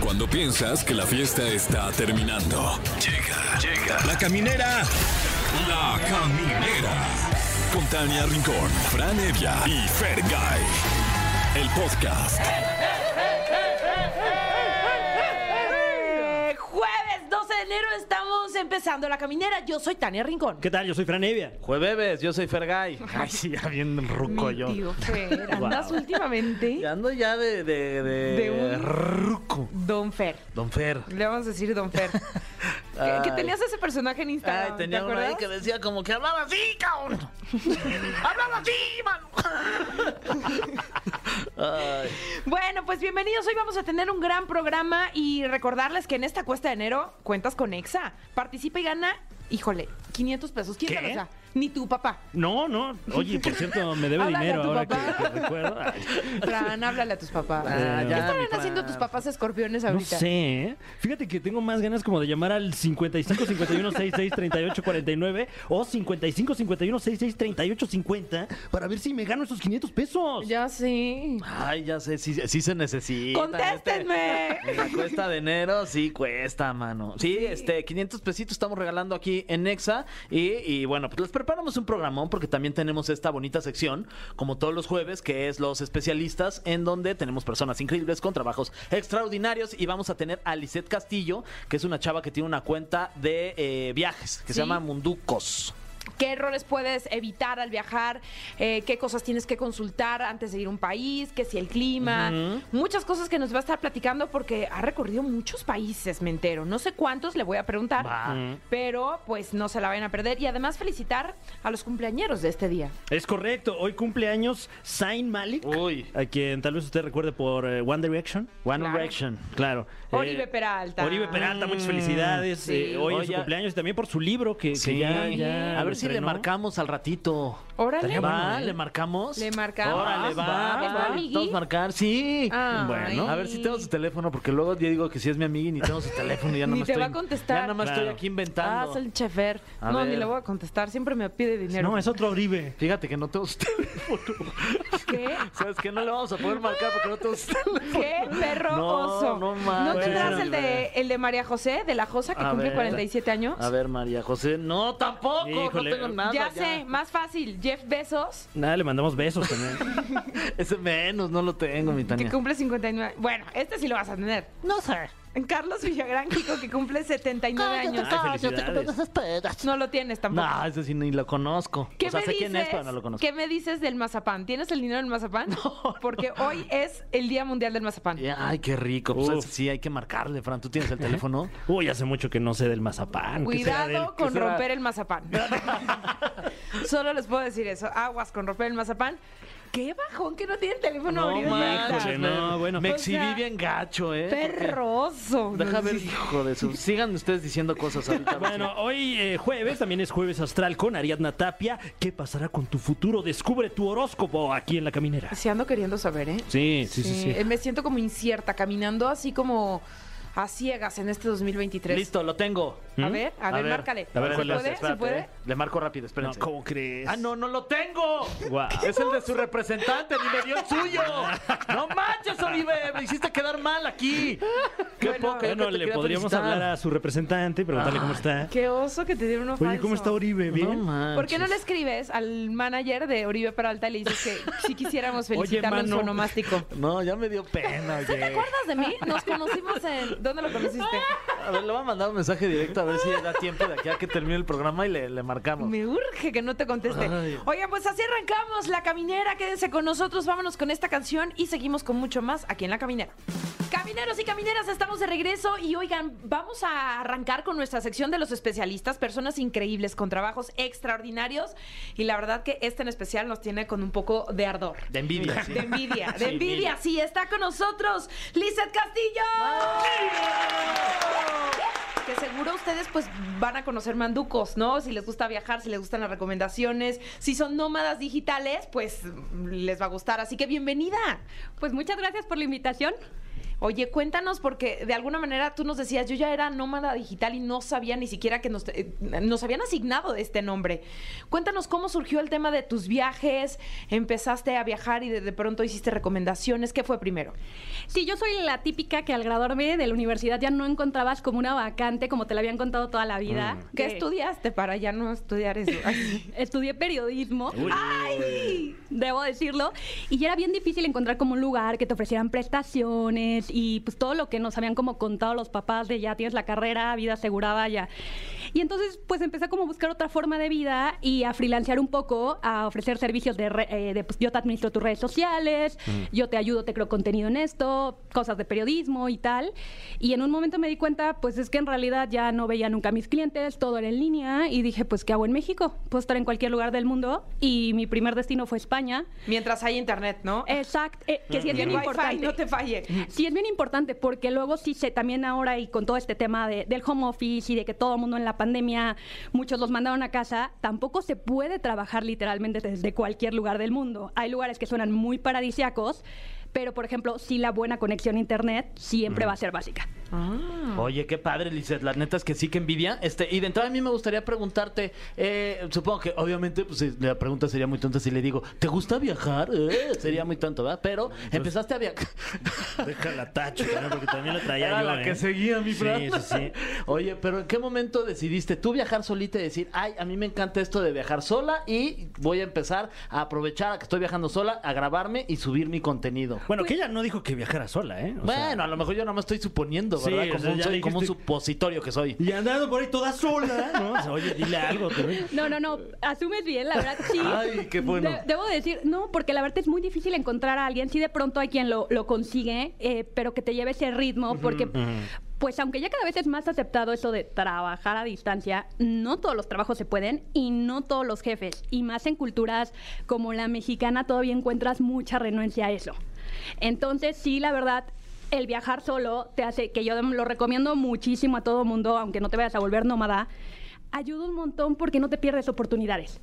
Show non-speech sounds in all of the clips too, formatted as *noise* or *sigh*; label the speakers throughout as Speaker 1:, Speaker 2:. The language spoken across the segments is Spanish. Speaker 1: Cuando piensas que la fiesta está terminando. Llega, llega. La caminera. La caminera. Con Tania Rincón, Fran Evia y Fergay El podcast.
Speaker 2: Eh, Jueves 12 de enero estamos empezando la caminera. Yo soy Tania Rincón.
Speaker 3: ¿Qué tal? Yo soy Fran Evia.
Speaker 4: Jueves, Pues, yo soy Fergay.
Speaker 3: Ay, sí, *laughs* ya bien ruco yo.
Speaker 5: Tío Fer, andas
Speaker 3: Wow.
Speaker 5: últimamente
Speaker 4: Ya ando ya de. de. de.
Speaker 5: De un-
Speaker 4: ruco.
Speaker 5: Don Fer.
Speaker 4: Don Fer.
Speaker 5: Le vamos a decir Don
Speaker 4: *laughs*
Speaker 5: Fer. que, que
Speaker 4: Ay.
Speaker 5: tenías ese personaje en
Speaker 4: Ay,
Speaker 5: Instagram,
Speaker 4: tenía
Speaker 5: ¿te
Speaker 4: uno ahí
Speaker 5: acuerdas?
Speaker 4: que decía como que hablaba así,
Speaker 5: *laughs*
Speaker 4: cabrón. hablaba así, mano. Ay,
Speaker 5: Bueno, pues bienvenidos. Hoy vamos a tener un gran programa y recordarles que en esta cuesta de enero cuentas con EXA. Participa y gana, híjole, 500 pesos. ¿Quién
Speaker 3: ¿Qué?
Speaker 5: te los da? Ni tu papá.
Speaker 3: No, no. Oye, por cierto, me debe
Speaker 5: Háblale a
Speaker 3: dinero
Speaker 5: tu
Speaker 3: ahora que,
Speaker 5: papá.
Speaker 3: que recuerdo. Ay,
Speaker 4: *laughs*
Speaker 5: Fran, háblale a tus papás.
Speaker 4: Ah,
Speaker 5: ¿Qué
Speaker 4: ya, mi
Speaker 5: estarán
Speaker 4: Fran.
Speaker 5: haciendo tus papás escorpiones
Speaker 3: no
Speaker 5: ahorita?
Speaker 3: sé. ¿eh? Fíjate que tengo más ganas como de llamar al 55 51 66 38 49 o 55 51 66 38 50 para ver si me gano esos 500 pesos.
Speaker 5: Ya sí.
Speaker 4: ay, ya sé, sí, sí se necesita.
Speaker 5: ¡Contéstenme!
Speaker 4: *laughs* Este, en la cuesta de enero sí cuesta, mano. Sí, este, 500 pesitos estamos regalando aquí en Nexa. Y, y bueno, pues les preparamos un programón porque también tenemos esta bonita sección, como todos los jueves, que es los especialistas, en donde tenemos personas increíbles con trabajos extraordinarios. Y vamos a tener a Lisette Castillo, que es una chava que tiene una cuenta de eh, viajes, que
Speaker 5: Sí.
Speaker 4: se llama Munducos.
Speaker 5: ¿Qué errores puedes evitar al viajar? Eh, ¿Qué cosas tienes que consultar antes de ir a un país? ¿Qué si el clima? Muchas cosas que nos va a estar platicando porque ha recorrido muchos países, me entero. No sé cuántos, le voy a preguntar.
Speaker 4: Va.
Speaker 5: Pero pues no se la vayan a perder. Y además felicitar a los cumpleañeros de este día.
Speaker 3: Es correcto. Hoy cumpleaños Zayn Malik.
Speaker 4: Uy.
Speaker 3: A quien tal vez usted recuerde por eh, One Direction.
Speaker 4: One
Speaker 5: Claro.
Speaker 4: Direction.
Speaker 3: Claro. Eh,
Speaker 5: Oribe Peralta. Mm,
Speaker 3: Oribe Peralta, muchas felicidades.
Speaker 5: Sí.
Speaker 3: eh, hoy es su
Speaker 4: Oye.
Speaker 3: cumpleaños y también por su libro que, que ya, ya
Speaker 4: a
Speaker 3: lo
Speaker 4: ver si le
Speaker 3: estrenó.
Speaker 4: marcamos al ratito.
Speaker 5: Órale.
Speaker 4: Estaría
Speaker 3: bueno,
Speaker 4: ¿Va?
Speaker 3: ¿eh?
Speaker 4: ¿Le marcamos?
Speaker 5: Le marcamos.
Speaker 4: Órale, va.
Speaker 3: Va,
Speaker 4: va,
Speaker 3: va.
Speaker 4: va.
Speaker 5: amigui?
Speaker 4: Todos marcar, sí.
Speaker 5: Ay.
Speaker 4: Bueno, a ver si tengo su teléfono, porque luego yo digo que si es mi amiga y ni tengo su teléfono. y
Speaker 5: *laughs*
Speaker 4: Ya
Speaker 5: Ni
Speaker 4: no me
Speaker 5: te
Speaker 4: estoy,
Speaker 5: va a contestar.
Speaker 4: Ya nada más
Speaker 3: Claro.
Speaker 4: estoy aquí
Speaker 5: Ah,
Speaker 4: inventando.
Speaker 5: es el chefer.
Speaker 4: A
Speaker 5: no, ni
Speaker 4: ver.
Speaker 5: le voy a contestar. Siempre me pide dinero.
Speaker 3: No, es otro Oribe.
Speaker 4: Fíjate que no tengo su *laughs* teléfono.
Speaker 5: ¿Qué?
Speaker 4: ¿Sabes qué? No le vamos a poder marcar porque no
Speaker 5: *laughs*
Speaker 4: tengo su teléfono.
Speaker 5: ¡Qué perro
Speaker 4: *laughs* No,
Speaker 5: oso!
Speaker 4: no mames.
Speaker 5: tendrás el de, el de María José, de la Josa, que
Speaker 4: A
Speaker 5: cumple
Speaker 4: ver.
Speaker 5: 47 años?
Speaker 4: A ver, María José. No, tampoco.
Speaker 3: Híjole.
Speaker 4: No tengo nada.
Speaker 5: ya, sé, más fácil. Jeff Bezos,
Speaker 3: Nada, le mandamos besos también.
Speaker 4: *laughs* Ese menos, no lo tengo, mi
Speaker 5: que
Speaker 4: Tania.
Speaker 5: cumple 59. Bueno, este sí lo vas a tener.
Speaker 6: No sé.
Speaker 5: Carlos Villagrán, Kiko, que cumple 79
Speaker 6: Cállate,
Speaker 5: años.
Speaker 6: cállate, que me
Speaker 3: felicidades.
Speaker 6: desesperas.
Speaker 5: No lo tienes tampoco.
Speaker 4: No, ese sí ni lo conozco.
Speaker 5: ¿Qué
Speaker 4: o sea,
Speaker 5: me
Speaker 4: sé
Speaker 5: dices,
Speaker 4: quién es, pero no lo conozco.
Speaker 5: ¿Qué me dices del mazapán? ¿Tienes el dinero del
Speaker 4: *laughs*
Speaker 5: mazapán? Porque hoy es el Día Mundial del Mazapán.
Speaker 4: Ya, Ay, qué rico. Pues
Speaker 3: Uf.
Speaker 4: ese sí, hay que marcarle, Fran. ¿Tú tienes
Speaker 5: *laughs*
Speaker 4: el teléfono?
Speaker 3: Uy, hace mucho que no sé del mazapán. ¿Qué será de él?
Speaker 5: Cuidado con
Speaker 4: será?
Speaker 5: romper el
Speaker 4: *laughs*
Speaker 5: mazapán. Solo les puedo decir eso. Aguas con romper el mazapán. Qué bajón que no tiene el teléfono abrido.
Speaker 3: manches,
Speaker 5: Peralta.
Speaker 3: no,
Speaker 4: me-
Speaker 3: bueno.
Speaker 4: Me
Speaker 5: O
Speaker 4: exhibí
Speaker 5: sea,
Speaker 4: bien gacho, ¿eh?
Speaker 5: Perroso.
Speaker 4: Deja
Speaker 5: No,
Speaker 4: ver,
Speaker 5: sí.
Speaker 4: hijo de su. Sigan ustedes diciendo cosas
Speaker 5: *laughs*
Speaker 4: ahorita.
Speaker 3: *laughs* Bueno, hoy eh, jueves, también es jueves astral con Ariadna Tapia. ¿Qué pasará con tu futuro? Descubre tu horóscopo aquí en la caminera.
Speaker 5: Sí ando queriendo saber, ¿eh?
Speaker 3: Sí, sí, sí, sí.
Speaker 5: Eh, Me siento como incierta, caminando así como a ciegas en este 2023.
Speaker 4: Listo, lo tengo. ¿Mm?
Speaker 5: A ver, a,
Speaker 4: A
Speaker 5: ver,
Speaker 4: ver,
Speaker 5: márcale.
Speaker 3: a ver,
Speaker 5: ¿Se
Speaker 3: ¿cuál es?
Speaker 5: puede? ¿Se
Speaker 4: Espérate,
Speaker 5: puede?
Speaker 4: ¿eh? Le marco rápido,
Speaker 3: No,
Speaker 4: espérense.
Speaker 3: ¿Cómo crees?
Speaker 4: Ah, no, no lo tengo.
Speaker 3: Guau.
Speaker 4: Es el de su representante, ni me dio el suyo. No manches, Oribe, me hiciste quedar mal aquí. Qué poca, yo
Speaker 3: Bueno,
Speaker 4: que te
Speaker 3: le
Speaker 4: quería
Speaker 3: podríamos
Speaker 4: felicitar.
Speaker 3: hablar a su representante y preguntarle cómo está.
Speaker 5: Qué oso que te dieron uno
Speaker 3: Ah. Oye,
Speaker 5: falso.
Speaker 3: ¿cómo está Oribe?
Speaker 4: No
Speaker 3: ¿Bien?
Speaker 4: manches.
Speaker 5: ¿Por qué no le escribes al manager de Oribe Peralta y le dices que si quisiéramos
Speaker 3: *laughs* Oye,
Speaker 5: felicitarlo en su
Speaker 3: mano.
Speaker 5: onomástico?
Speaker 4: No, ya me
Speaker 5: *laughs*
Speaker 4: dio pena, oye.
Speaker 2: ¿Te acuerdas de mí? Nos conocimos en...
Speaker 5: ¿Dónde lo *laughs* conociste?
Speaker 4: A ver, le voy a mandar un mensaje directo a ver si da tiempo de aquí a que termine el programa y le, le marcamos.
Speaker 5: Me urge que no te conteste.
Speaker 4: Ay.
Speaker 5: Oigan, pues así arrancamos la caminera. Quédense con nosotros, vámonos con esta canción y seguimos con mucho más aquí en la caminera. Camineros y camineras, estamos de regreso y oigan, vamos a arrancar con nuestra sección de los especialistas, personas increíbles con trabajos extraordinarios y la verdad que este en especial nos tiene con un poco de ardor.
Speaker 4: De envidia, *laughs* sí.
Speaker 5: De envidia, de
Speaker 4: Sí,
Speaker 5: envidia,
Speaker 4: envidia.
Speaker 5: sí, está con nosotros Lizeth Castillo. Que seguro ustedes pues van a conocer manducos, ¿no? Si les gusta viajar, si les gustan las recomendaciones, si son nómadas digitales, pues les va a gustar. Así que bienvenida.
Speaker 2: Pues muchas gracias por la invitación.
Speaker 5: Oye, cuéntanos, porque de alguna manera tú nos decías, yo ya era nómada digital y no sabía ni siquiera que nos, eh, nos habían asignado este nombre. Cuéntanos cómo surgió el tema de tus viajes, empezaste a viajar y de, de pronto hiciste recomendaciones. ¿Qué fue primero?
Speaker 6: Sí, yo soy la típica que al graduarme de la universidad ya no encontrabas como una vacante, como te la habían contado toda la vida.
Speaker 5: ¿Qué
Speaker 6: Que
Speaker 5: estudiaste para ya no estudiar eso? Ay.
Speaker 6: Estudié periodismo. ¡Ay! Debo decirlo. Y ya era bien difícil encontrar como un lugar que te ofrecieran prestaciones y pues todo lo que nos habían como contado los papás de ya tienes la carrera, vida asegurada, ya. Y entonces pues empecé como a buscar otra forma de vida y a freelancear un poco, a ofrecer servicios de, re- eh, de, pues, yo te administro tus redes sociales, yo te ayudo, te creo contenido en esto, cosas de periodismo y tal. Y en un momento me di cuenta pues es que en realidad ya no veía nunca a mis clientes, todo era en línea y dije pues ¿qué hago en México? Puedo estar en cualquier lugar del mundo y mi primer destino fue España.
Speaker 5: Mientras hay internet, ¿no?
Speaker 6: Exacto, eh, que
Speaker 5: Y Ah.
Speaker 6: sí es
Speaker 5: el
Speaker 6: bien
Speaker 5: wifi
Speaker 6: importante.
Speaker 5: no te falle.
Speaker 6: Sí, es bien importante porque luego sí se también ahora y con todo este tema de- del home office y de que todo el mundo en la pandemia, muchos los mandaron a casa, tampoco se puede trabajar literalmente desde cualquier lugar del mundo. Hay lugares que suenan muy paradisiacos, pero por ejemplo, sí la buena conexión a internet siempre va a ser básica.
Speaker 4: Oye, qué padre, Lizeth. La neta es que sí que envidia. Este, y de entrada a mí me gustaría preguntarte, eh, supongo que obviamente pues, eh, la pregunta sería muy tonta si le digo, ¿te gusta viajar? Eh, sería muy tonto, ¿verdad? Pero empezaste a viajar.
Speaker 3: Déjala tacho, ¿no? porque también la traía
Speaker 4: Era
Speaker 3: yo.
Speaker 4: la
Speaker 3: ¿eh?
Speaker 4: que seguía mi plan.
Speaker 3: Sí, sí, sí.
Speaker 4: *laughs* Oye, pero ¿en qué momento decidiste tú viajar solita y decir, ay, a mí me encanta esto de viajar sola y voy a empezar a aprovechar a que estoy viajando sola, a grabarme y subir mi contenido?
Speaker 3: Bueno, que ella no dijo que viajara sola, ¿eh? O sea,
Speaker 4: Pues bueno, a lo mejor yo no me estoy suponiendo,
Speaker 3: Sí,
Speaker 4: ¿verdad?
Speaker 3: o
Speaker 4: como,
Speaker 3: sea,
Speaker 4: un,
Speaker 3: ya
Speaker 4: soy- como un
Speaker 3: dijiste-
Speaker 4: supositorio que soy.
Speaker 3: Y andando por ahí toda sola, ¿no? O sea, oye, dile algo también.
Speaker 6: No, no, no, asumes bien, la verdad sí.
Speaker 4: Ay, qué bueno.
Speaker 6: De- debo decir, no, porque la verdad es muy difícil encontrar a alguien, sí de pronto hay quien lo, lo consigue, eh, pero que te lleve ese ritmo, porque pues aunque ya cada vez es más aceptado eso de trabajar a distancia, no todos los trabajos se pueden y no todos los jefes, y más en culturas como la mexicana todavía encuentras mucha renuencia a eso. Entonces sí, la verdad... El viajar solo te hace, que yo lo recomiendo muchísimo a todo mundo, aunque no te vayas a volver nómada, ayuda un montón porque no te pierdes oportunidades.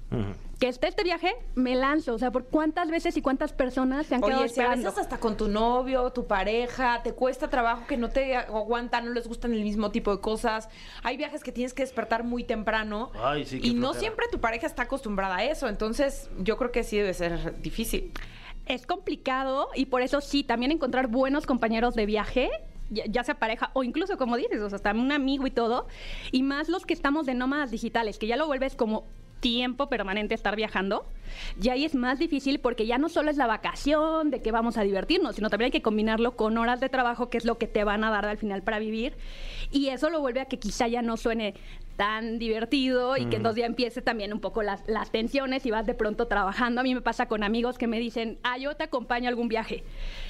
Speaker 6: Que esté este viaje, me lanzo. O sea, por cuántas veces y cuántas personas se han quedado
Speaker 5: Oye, si a
Speaker 6: esperando.
Speaker 5: veces hasta con tu novio, tu pareja, te cuesta trabajo que no te aguantan, no les gustan el mismo tipo de cosas. Hay viajes que tienes que despertar muy temprano.
Speaker 4: Ay, sí, qué
Speaker 5: y no
Speaker 4: flojera.
Speaker 5: siempre tu pareja está acostumbrada a eso. Entonces, yo creo que sí debe ser difícil.
Speaker 6: Es complicado y por eso sí, también encontrar buenos compañeros de viaje. Ya, ya sea pareja o incluso como dices, o sea, hasta un amigo y todo, y más los que estamos de nómadas digitales, que ya lo vuelves como tiempo permanente estar viajando, ya ahí es más difícil porque ya no solo es la vacación de que vamos a divertirnos, sino también hay que combinarlo con horas de trabajo, que es lo que te van a dar al final para vivir, y eso lo vuelve a que quizá ya no suene tan divertido y que entonces ya empiece también un poco las, las tensiones y vas de pronto trabajando. A mí me pasa con amigos que me dicen, ah, yo te acompaño a algún viaje.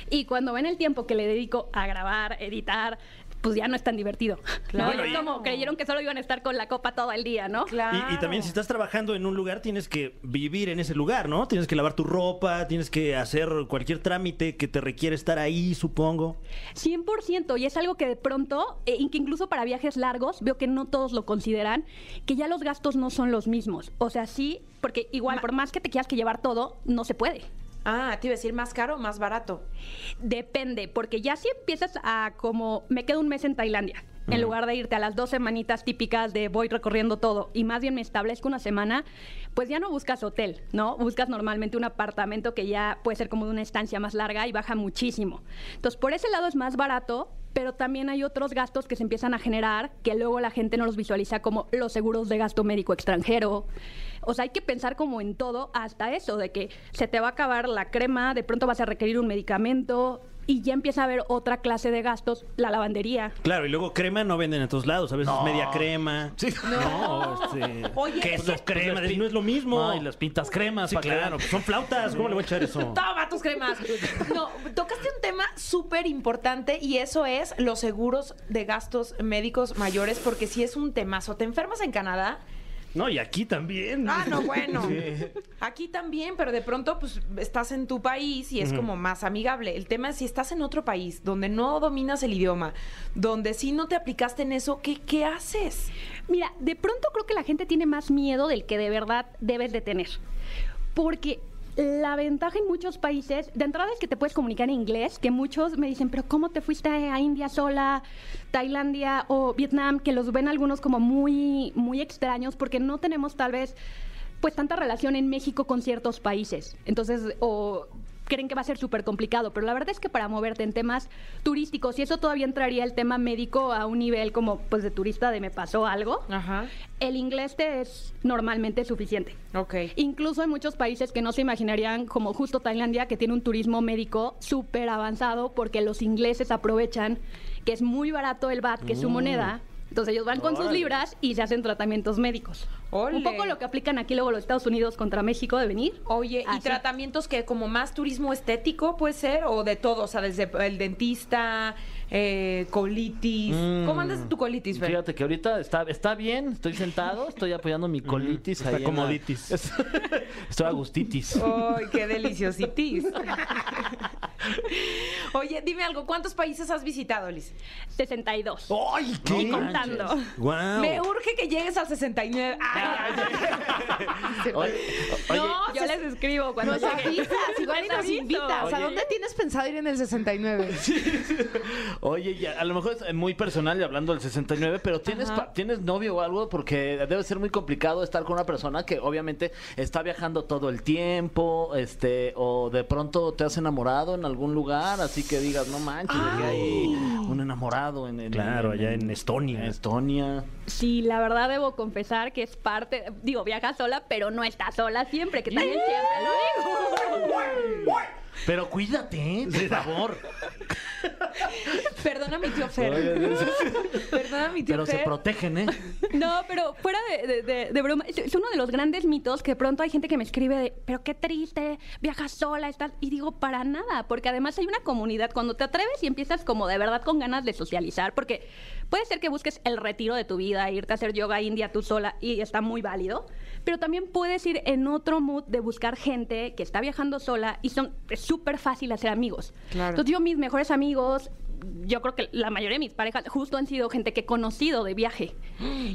Speaker 6: Y cuando ven el tiempo que le dedico a grabar, editar, pues ya no es tan divertido. ¿no?
Speaker 5: Claro,
Speaker 6: *laughs* Es
Speaker 5: y-
Speaker 6: como creyeron que solo iban a estar con la copa todo el día, ¿no?
Speaker 5: Claro.
Speaker 3: Y, y también si estás trabajando en un lugar, tienes que vivir en ese lugar, ¿no? Tienes que lavar tu ropa, tienes que hacer cualquier trámite que te requiere estar ahí, supongo.
Speaker 6: 100%, y es algo que de pronto, eh, y que incluso para viajes largos, veo que no todos lo consideran, que ya los gastos no son los mismos. O sea, sí, porque igual, por más que te quieras que llevar todo, no se puede.
Speaker 5: Ah, te iba a decir más caro o más barato.
Speaker 6: Depende, porque ya si empiezas a como, me quedo un mes en Tailandia, en lugar de irte a las dos semanitas típicas de voy recorriendo todo y más bien me establezco una semana, pues ya no buscas hotel, ¿no? Buscas normalmente un apartamento que ya puede ser como de una estancia más larga y baja muchísimo. Entonces, por ese lado es más barato, pero también hay otros gastos que se empiezan a generar que luego la gente no los visualiza como los seguros de gasto médico extranjero. O sea, hay que pensar como en todo hasta eso, de que se te va a acabar la crema, de pronto vas a requerir un medicamento y ya empieza a haber otra clase de gastos, la lavandería.
Speaker 3: Claro, y luego crema no venden en todos lados, a veces es media crema.
Speaker 4: Sí.
Speaker 3: No, este,
Speaker 5: Oye,
Speaker 3: queso,
Speaker 5: pues,
Speaker 3: crema,
Speaker 4: las pi-
Speaker 3: no es lo mismo.
Speaker 4: No, y las pintas cremas,
Speaker 3: Sí,
Speaker 4: pa' que
Speaker 3: claro,
Speaker 4: vean.
Speaker 3: pues son flautas, ¿cómo le voy a echar eso?
Speaker 5: Toma tus cremas. No, tocaste un tema súper importante y eso es los seguros de gastos médicos mayores, porque si es un temazo. ¿Te enfermas en Canadá?
Speaker 3: No, y aquí
Speaker 5: *laughs*
Speaker 3: también.
Speaker 5: Ah, no, bueno. Aquí también, pero de pronto pues estás en tu país y es como más amigable. El tema es si estás en otro país donde no dominas el idioma, donde sí no te aplicaste en eso, ¿qué, qué haces?
Speaker 6: Mira, de pronto creo que la gente tiene más miedo del que de verdad debes de tener. Porque La ventaja en muchos países, de entrada es que te puedes comunicar en inglés, que muchos me dicen, pero ¿cómo te fuiste a India sola, Tailandia o Vietnam? Que los ven algunos como muy, muy extraños porque no tenemos tal vez pues tanta relación en México con ciertos países. Entonces, o creen que va a ser súper complicado, pero la verdad es que para moverte en temas turísticos, y eso todavía entraría el tema médico a un nivel como pues de turista de me pasó algo,
Speaker 5: Ajá.
Speaker 6: el inglés te es normalmente suficiente.
Speaker 5: Ok.
Speaker 6: Incluso en muchos países que no se imaginarían, como justo Tailandia, que tiene un turismo médico súper avanzado porque los ingleses aprovechan que es muy barato el VAT, que
Speaker 2: Mm.
Speaker 6: es su moneda. Entonces ellos van con sus
Speaker 4: Órale.
Speaker 6: libras y se hacen tratamientos médicos.
Speaker 5: Ole.
Speaker 6: Un poco lo que aplican aquí luego los Estados Unidos contra México de venir.
Speaker 5: Oye, ¿y
Speaker 6: Así.
Speaker 5: tratamientos que como más turismo estético puede ser? ¿O de todo? O sea, desde el dentista, eh, colitis.
Speaker 4: Mm.
Speaker 5: ¿Cómo andas de tu colitis, Fer?
Speaker 4: *laughs* Fíjate que ahorita está, está bien, estoy sentado, estoy apoyando mi colitis.
Speaker 3: está
Speaker 4: ahí en la-
Speaker 3: comoditis.
Speaker 4: Estoy a gustitis.
Speaker 5: ¡Ay, qué deliciositis! *laughs* Oye, dime algo, ¿cuántos países has visitado, Liz?
Speaker 6: 62.
Speaker 2: Oh,
Speaker 3: ¡Ay,
Speaker 6: Y
Speaker 3: qué!
Speaker 6: contando.
Speaker 3: ¡Guau!
Speaker 5: Me urge que llegues al 69. Ay,
Speaker 4: Oye, oye,
Speaker 5: no,
Speaker 6: Yo les escribo cuando
Speaker 2: Nos
Speaker 6: llegue.
Speaker 2: avisas, igual y
Speaker 6: Les
Speaker 2: nos
Speaker 6: aviso.
Speaker 2: invitas. ¿A
Speaker 4: Oye.
Speaker 2: dónde tienes pensado ir en el
Speaker 6: *laughs*
Speaker 2: 69?
Speaker 4: oye, ya, a lo mejor es muy personal y hablando del 69, pero ¿tienes, pa- ¿tienes novio o algo? Porque debe ser muy complicado estar con una persona que obviamente está viajando todo el tiempo, este, o de pronto te has enamorado en algún lugar, así que digas, no manches, dejé ahí un enamorado en, en-
Speaker 3: Claro, allá en Estonia.
Speaker 4: en Estonia.
Speaker 6: Sí, la verdad debo confesar que es parte, digo, viaja sola, pero no está sola siempre, que también siempre lo digo.
Speaker 4: Pero cuídate, ¿eh? por favor.
Speaker 6: *laughs*
Speaker 5: Perdona a mi tío Fer.
Speaker 4: Oye,
Speaker 5: Perdona a mi tío
Speaker 4: Pero se
Speaker 5: Fer.
Speaker 4: protegen, ¿eh?
Speaker 6: *laughs* No, pero fuera de, de- de- de broma, es, es uno de los grandes mitos que pronto hay gente que me escribe de, pero qué triste, viajas sola, estás... Y digo, para nada, porque además hay una comunidad, cuando te atreves y empiezas como de verdad con ganas de socializar, porque puede ser que busques el retiro de tu vida, irte a hacer yoga a india tú sola, y está muy válido, pero también puedes ir en otro mood de buscar gente que está viajando sola y son es súper fácil hacer amigos.
Speaker 5: Claro.
Speaker 6: Entonces yo mis mejores amigos yo creo que la mayoría de mis parejas justo han sido gente que he conocido de viaje.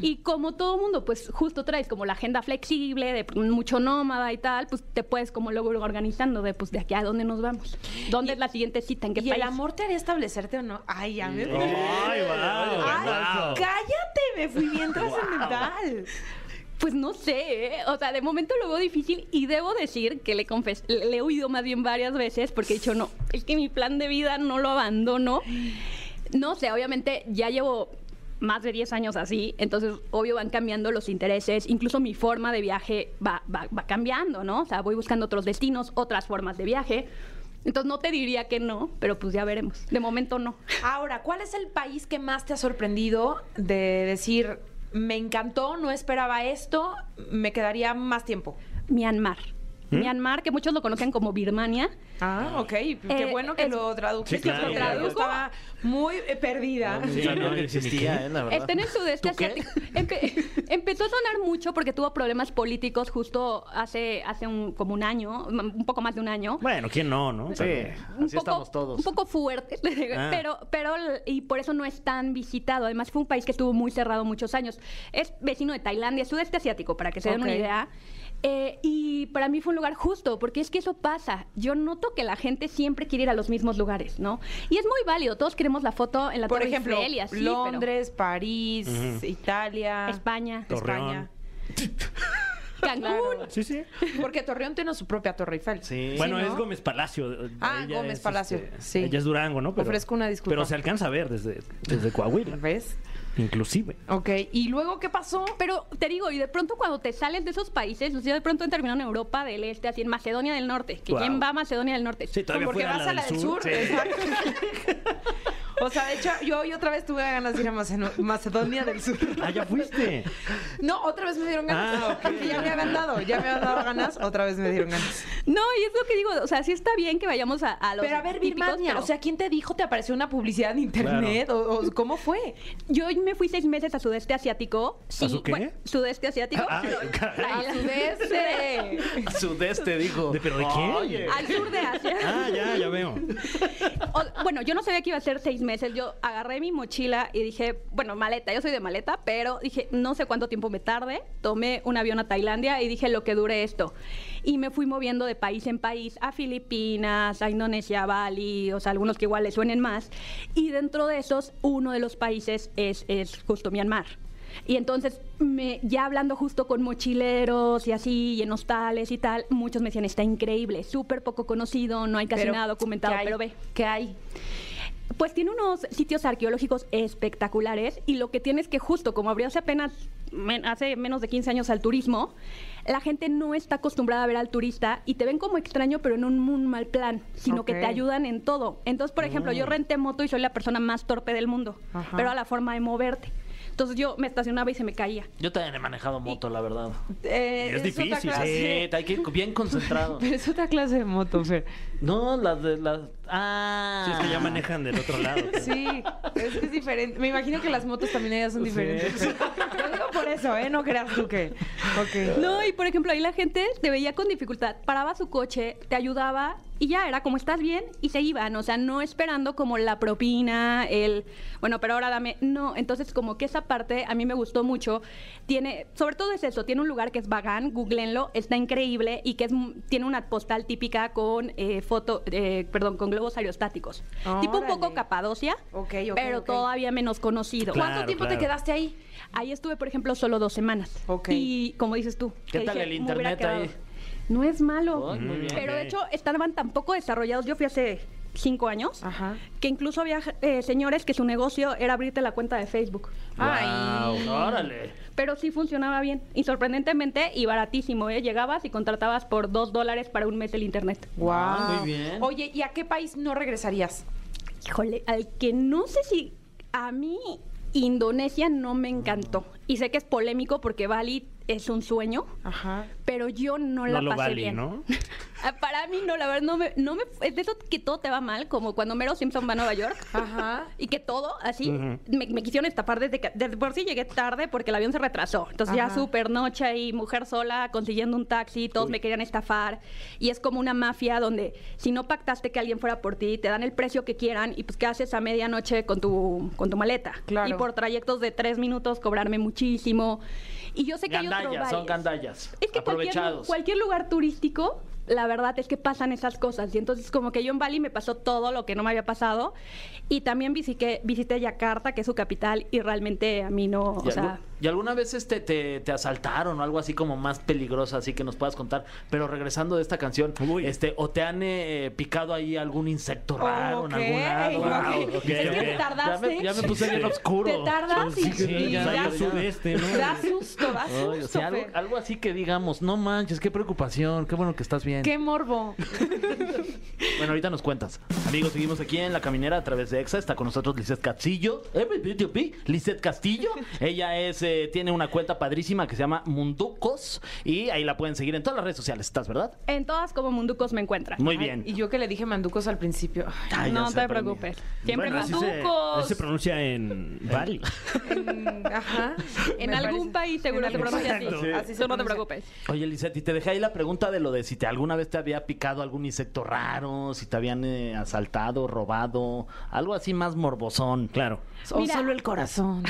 Speaker 6: Y como todo mundo, pues justo traes como la agenda flexible, de mucho nómada y tal, pues te puedes como luego ir organizando de pues de aquí a dónde nos vamos. ¿Dónde es la siguiente cita? ¿En qué
Speaker 5: ¿Y el
Speaker 6: país?
Speaker 5: amor te haría establecerte o no? Ay, ya me...
Speaker 3: ¡Ay, wow!
Speaker 5: Ay, cállate, me fui bien trascendental.
Speaker 6: Pues no sé, ¿eh? o sea, de momento lo veo difícil y debo decir que le, confes le le he oído más bien varias veces porque he dicho, no, es que mi plan de vida no lo abandono. No sé, obviamente ya llevo más de 10 años así, entonces obvio van cambiando los intereses, incluso mi forma de viaje va, va, va cambiando, ¿no? O sea, voy buscando otros destinos, otras formas de viaje. Entonces no te diría que no, pero pues ya veremos. De momento no.
Speaker 5: Ahora, ¿cuál es el país que más te ha sorprendido de decir, me encantó, no esperaba esto, me quedaría más tiempo?
Speaker 6: Myanmar. Myanmar, que muchos lo conocen como Birmania.
Speaker 5: Ah, ok. Qué
Speaker 6: Eh,
Speaker 5: bueno que
Speaker 6: es-
Speaker 5: lo tradujiste.
Speaker 3: Sí, claro,
Speaker 5: porque
Speaker 6: claro.
Speaker 5: yo estaba muy eh, perdida.
Speaker 4: Sí,
Speaker 3: Sí, no,
Speaker 4: no, existía, ¿eh? La verdad.
Speaker 6: Está en el sudeste
Speaker 4: ¿Tú qué?
Speaker 6: asiático. Empe- *laughs* empezó a sonar mucho porque tuvo problemas políticos justo hace, hace un, como un año, m- un poco más de un año.
Speaker 3: Bueno, ¿quién no, no?
Speaker 4: Sí,
Speaker 6: Un
Speaker 4: así
Speaker 6: poco-
Speaker 4: estamos todos.
Speaker 6: Un poco fuerte, *laughs*
Speaker 3: Ah.
Speaker 6: pero, pero, l- y por eso no es tan visitado. Además, fue un país que estuvo muy cerrado muchos años. Es vecino de Tailandia, sudeste asiático, para que se den
Speaker 5: Ok.
Speaker 6: una idea. Eh, y para mí fue un lugar justo, porque es que eso pasa. Yo noto que la gente siempre quiere ir a los mismos lugares, ¿no? Y es muy válido. Todos queremos la foto en la
Speaker 5: Por
Speaker 6: Torre
Speaker 5: ejemplo,
Speaker 6: Eiffel y así, pero-
Speaker 5: Londres, París, Italia,
Speaker 6: España.
Speaker 5: España.
Speaker 3: Torreón.
Speaker 6: Cancún.
Speaker 3: Sí, sí.
Speaker 5: Porque Torreón tiene su propia Torre Eiffel.
Speaker 4: Sí.
Speaker 3: Bueno,
Speaker 5: ¿no?
Speaker 3: es Gómez Palacio.
Speaker 5: Ah,
Speaker 3: Ella
Speaker 5: Gómez
Speaker 3: es,
Speaker 5: Palacio,
Speaker 3: este,
Speaker 5: sí.
Speaker 3: Ella es Durango, ¿no?
Speaker 5: Ofrezco una disculpa.
Speaker 3: Pero se alcanza a ver desde,
Speaker 5: *laughs*
Speaker 3: desde Coahuila,
Speaker 5: ¿Ves?
Speaker 3: inclusive.
Speaker 5: Ok. ¿Y luego qué pasó?
Speaker 6: Pero te digo, y de pronto cuando te sales de esos países, o sea, de pronto terminado en Europa del Este, así en Macedonia del Norte. que
Speaker 3: Wow.
Speaker 6: ¿Quién va a Macedonia del Norte?
Speaker 3: Sí, todavía
Speaker 5: Porque
Speaker 3: fuera
Speaker 5: vas a la del sur. exacto. *laughs* o sea, de hecho, yo hoy otra vez tuve ganas de ir a Maceno- Macedonia del Sur.
Speaker 3: Ah, ya fuiste.
Speaker 5: No, otra vez me dieron ganas.
Speaker 3: Ah, ok.
Speaker 5: Porque ya me habían dado, ya me habían dado ganas, otra vez me dieron ganas.
Speaker 6: No, y es lo que digo, o sea, sí está bien que vayamos a, a los
Speaker 5: Pero a ver,
Speaker 6: típicos,
Speaker 5: Birmania,
Speaker 6: pero
Speaker 5: o sea, ¿quién te dijo? ¿Te apareció una publicidad en internet? O, o ¿Cómo fue?
Speaker 6: Yo me fui seis meses a sudeste asiático. Sí,
Speaker 3: su qué?
Speaker 6: bueno, sudeste asiático.
Speaker 3: Ah, caray.
Speaker 6: Tailandia.
Speaker 5: sudeste. *laughs*
Speaker 4: *laughs* Sudeste, dijo.
Speaker 3: ¿De- pero de quién?
Speaker 4: Oye.
Speaker 6: Al sur de Asia.
Speaker 3: Ah, ya, ya veo.
Speaker 6: O- bueno, yo no sabía que iba a ser seis meses, yo agarré mi mochila y dije, bueno, maleta, yo soy de maleta, pero dije, no sé cuánto tiempo me tarde. Tomé un avión a Tailandia y dije, lo que dure esto. Y me fui moviendo de país en país, a Filipinas, a Indonesia, Bali, o sea, algunos que igual le suenen más. Y dentro de esos, uno de los países es, es justo Myanmar. Y entonces, me- ya hablando justo con mochileros y así, y en hostales y tal, muchos me decían, está increíble, súper poco conocido, no hay casi nada documentado,
Speaker 5: ¿qué hay?
Speaker 6: pero ve.
Speaker 5: ¿Qué hay?
Speaker 6: Pues tiene unos sitios arqueológicos espectaculares y lo que tiene es que justo como abrió hace apenas, men- hace menos de 15 años al turismo, la gente no está acostumbrada a ver al turista y te ven como extraño pero en un muy mal plan, sino que te
Speaker 5: Ok. Mm.
Speaker 6: ayudan en todo. Entonces, por ejemplo, yo renté moto y soy la persona más torpe del mundo,
Speaker 5: Ajá.
Speaker 6: pero a la forma de moverte. Entonces yo me estacionaba y se me caía.
Speaker 4: Yo también he manejado moto, la verdad.
Speaker 5: Eh,
Speaker 3: Es
Speaker 5: otra
Speaker 3: difícil,
Speaker 5: clase-
Speaker 4: Sí, hay que ir bien concentrado.
Speaker 5: Pero es otra clase de moto, Fer.
Speaker 4: No, las de las. Ah.
Speaker 3: Sí, es que ya manejan del otro lado.
Speaker 5: Sí, es que es diferente. Me imagino que las motos también ellas son *laughs* diferentes. Lo digo por eso, ¿eh? No creas tú que. Ok.
Speaker 6: No, y por ejemplo, ahí la gente te veía con dificultad, paraba su coche, te ayudaba y ya era como estás bien y se iban, o sea, no esperando como la propina, el, bueno, pero ahora dame, no, entonces como que esa parte a mí me gustó mucho, tiene, sobre todo es eso, tiene un lugar que es Bagán, googleenlo, está increíble y que es, m- tiene una postal típica con eh, foto, eh, perdón, con globos aerostáticos, tipo un poco
Speaker 5: Órale.
Speaker 6: Capadocia,
Speaker 5: Ok, ok,
Speaker 6: pero
Speaker 5: ok.
Speaker 6: todavía menos conocido.
Speaker 3: Claro,
Speaker 5: ¿Cuánto tiempo
Speaker 3: claro.
Speaker 5: te quedaste ahí?
Speaker 6: Ahí estuve, por ejemplo, solo dos semanas.
Speaker 5: Ok.
Speaker 6: Y como dices tú.
Speaker 4: ¿Qué
Speaker 6: que
Speaker 4: tal el
Speaker 6: me hubiera
Speaker 4: internet
Speaker 6: quedado.
Speaker 4: ahí?
Speaker 6: No es malo.
Speaker 3: Mm.
Speaker 4: Ay, muy bien.
Speaker 6: Pero
Speaker 3: Ok.
Speaker 6: de hecho, estaban tan poco desarrollados. Yo fui hace cinco años.
Speaker 5: Ajá.
Speaker 6: Que incluso había eh, señores que su negocio era abrirte la cuenta de Facebook.
Speaker 5: Ay.
Speaker 4: Wow, órale.
Speaker 6: Pero sí funcionaba bien. Y sorprendentemente y baratísimo, ¿eh? Llegabas y contratabas por dos dólares para un mes el internet.
Speaker 5: Wow.
Speaker 4: muy bien.
Speaker 5: Oye, ¿y a qué país no regresarías?
Speaker 6: Híjole, al que no sé si a mí Indonesia no me encantó. Y sé que es polémico porque Bali es un sueño.
Speaker 5: Ajá.
Speaker 6: pero yo
Speaker 3: No
Speaker 6: no la
Speaker 3: lo
Speaker 6: pasé
Speaker 3: vale,
Speaker 6: bien.
Speaker 3: ¿no?
Speaker 6: *laughs* Ah, Para mí no, la verdad no me, no me es de eso que todo te va mal, como cuando Mero Simpson va a Nueva York.
Speaker 5: Ajá.
Speaker 6: *laughs* Y que todo, así,
Speaker 3: Ujú.
Speaker 6: me, me quisieron estafar desde que, desde por si llegué tarde porque el avión se retrasó. Entonces
Speaker 5: Ajá.
Speaker 6: ya súper noche ahí, mujer sola, consiguiendo un taxi, todos me querían estafar. Y es como una mafia donde si no pactaste que alguien fuera por ti, te dan el precio que quieran y pues qué haces a medianoche con tu, con tu maleta.
Speaker 5: Claro.
Speaker 6: Y por trayectos de tres minutos cobrarme muchísimo. Y yo sé que hay otro
Speaker 4: Gandallas, son
Speaker 6: varios.
Speaker 4: gandallas.
Speaker 6: Es que cualquier,
Speaker 4: Aprovechados.
Speaker 6: cualquier lugar turístico, la verdad es que pasan esas cosas. Y entonces como que yo en Bali me pasó todo lo que no me había pasado. Y también visité, visité Yakarta, que es su capital, y realmente a mí no...
Speaker 4: ¿Y,
Speaker 6: O sea,
Speaker 4: algu- y alguna vez este, te, te asaltaron o algo así como más peligroso, así que nos puedas contar? Pero regresando de esta canción,
Speaker 3: Uy.
Speaker 4: este, ¿o te han eh, picado ahí algún insecto raro en algún lado?
Speaker 5: Ok,
Speaker 4: Wow.
Speaker 5: ok. Es
Speaker 3: ok,
Speaker 5: que
Speaker 3: ok.
Speaker 5: te
Speaker 4: Ya
Speaker 5: tardaste.
Speaker 4: me, ya me puse bien
Speaker 3: Sí.
Speaker 4: oscuro.
Speaker 5: Te tardas y,
Speaker 4: Sí,
Speaker 5: y
Speaker 4: ya,
Speaker 5: da,
Speaker 3: Rayos
Speaker 4: ya, ya.
Speaker 3: sudeste, ¿no?
Speaker 5: da susto, da
Speaker 4: Ay, o
Speaker 5: susto.
Speaker 4: sea, algo,
Speaker 5: Fer.
Speaker 4: algo así que digamos, no manches, qué preocupación, qué bueno que estás bien.
Speaker 5: Qué morbo.
Speaker 4: Bueno, ahorita nos cuentas. Amigos, seguimos aquí en La Caminera a través de EXA. Está con nosotros Lizeth Castillo. Eh, pi, pi, pi, Lizeth Castillo. Ella es, eh, tiene una cuenta padrísima que se llama Munducos. Y ahí la pueden seguir en todas las redes sociales. ¿Estás, verdad?
Speaker 6: en todas como munducos me encuentran.
Speaker 4: Muy
Speaker 5: Ay,
Speaker 4: bien.
Speaker 5: Y yo que le dije manducos al principio. Ay,
Speaker 4: Ay, ya
Speaker 6: no
Speaker 4: sé,
Speaker 6: te
Speaker 4: pero mira.
Speaker 6: preocupes. Siempre
Speaker 3: Bueno, así se-
Speaker 6: manducos.
Speaker 3: así se pronuncia en Bali.
Speaker 5: en- *laughs* Ajá.
Speaker 6: En
Speaker 5: Me
Speaker 6: algún país seguro
Speaker 5: En
Speaker 6: se
Speaker 5: algún
Speaker 6: pronuncia
Speaker 5: país.
Speaker 6: así.
Speaker 5: Exacto. Así se
Speaker 6: Tú no te
Speaker 5: pronuncia.
Speaker 6: preocupes.
Speaker 4: Oye, Lizeth, y te dejé ahí la pregunta de lo de si te alguna vez te había picado algún insecto raro, si te habían eh, asaltado, robado, algo así más morbosón.
Speaker 3: Claro.
Speaker 5: O
Speaker 6: Mira.
Speaker 5: solo el corazón.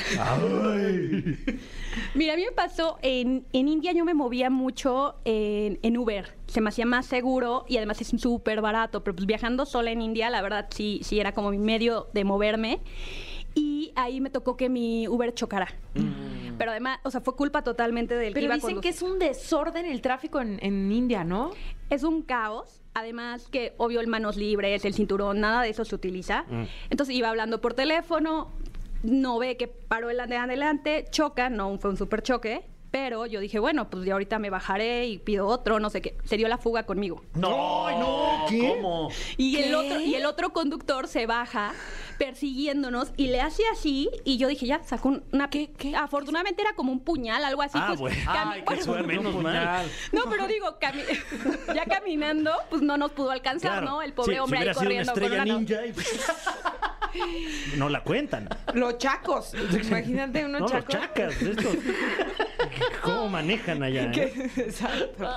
Speaker 6: Mira, a mí me pasó, en, en India yo me movía mucho en, en Uber, se me hacía más seguro y además es súper barato, pero pues viajando sola en India, la verdad sí, sí era como mi medio de moverme y ahí me tocó que mi Uber chocara. Pero además, o sea, fue culpa totalmente del que
Speaker 5: Pero
Speaker 6: iba
Speaker 5: dicen
Speaker 6: conduciendo.
Speaker 5: que es un desorden el tráfico en, en India, ¿no?
Speaker 6: Es un caos. Además que, obvio, el manos libres, el cinturón, nada de eso se utiliza.
Speaker 4: Mm.
Speaker 6: Entonces iba hablando por teléfono, no ve que paró el de adelante, choca, no fue un super choque. Pero yo dije, bueno, pues ya ahorita me bajaré y pido otro, no sé qué. Se dio la fuga conmigo.
Speaker 4: No, no, ¿cómo?
Speaker 6: Y
Speaker 5: ¿Qué?
Speaker 6: el, otro, y el otro conductor se baja persiguiéndonos y le hace así. Y yo dije, ya, sacó un- una...
Speaker 5: ¿Qué, qué?
Speaker 6: Afortunadamente era como un puñal, algo así.
Speaker 3: Ah,
Speaker 6: pues,
Speaker 3: bueno.
Speaker 6: cami-
Speaker 4: Ay, qué
Speaker 6: bueno,
Speaker 4: suerte,
Speaker 3: menos
Speaker 4: un
Speaker 3: mal.
Speaker 4: puñal.
Speaker 6: no, pero digo, cami- *laughs* ya caminando, pues no nos pudo alcanzar,
Speaker 3: Claro.
Speaker 6: ¿no? El pobre
Speaker 3: Sí,
Speaker 6: hombre
Speaker 3: si
Speaker 6: ahí
Speaker 3: hubiera sido una
Speaker 6: corriendo
Speaker 3: estrella
Speaker 6: con una no-
Speaker 3: ninja
Speaker 6: *laughs*
Speaker 3: y- No la cuentan.
Speaker 5: Los chacos. Imagínate unos
Speaker 3: No, los
Speaker 5: chacos.
Speaker 6: *laughs*
Speaker 3: chacas, estos. ¿Cómo manejan allá? eh?
Speaker 5: Exacto.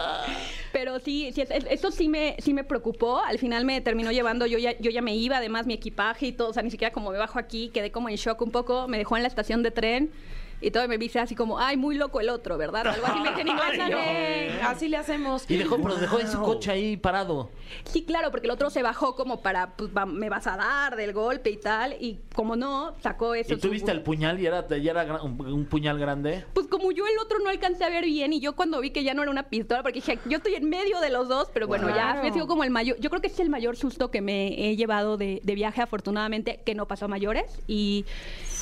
Speaker 6: Pero sí, sí es- es- eso sí me, sí me preocupó. Al final me terminó llevando, yo ya, yo ya me iba, además mi equipaje y todo, o sea, ni siquiera como me bajo aquí, quedé como en shock un poco, me dejó en la estación de tren y todo, y me dice así como, ay, muy loco el otro, ¿verdad? O algo así
Speaker 3: *laughs*
Speaker 6: me dice en inglés.
Speaker 5: Ándale, así le hacemos.
Speaker 4: Y dejó, pero dejó en su coche ahí parado.
Speaker 6: Sí, claro, porque el otro se bajó como para, pues va- me vas a dar del golpe y tal, y como no, sacó eso.
Speaker 4: Y tú
Speaker 6: su-
Speaker 4: viste el puñal y era, ya era gran- un, un puñal grande.
Speaker 6: Pues como yo el otro no alcancé a ver bien y yo cuando vi que ya no era una pistola, porque dije, yo estoy en medio de los dos, pero bueno,
Speaker 5: Claro.
Speaker 6: ya me sido como el mayor, yo creo que es el mayor susto que me he llevado de, de viaje, afortunadamente, que no pasó a mayores. Y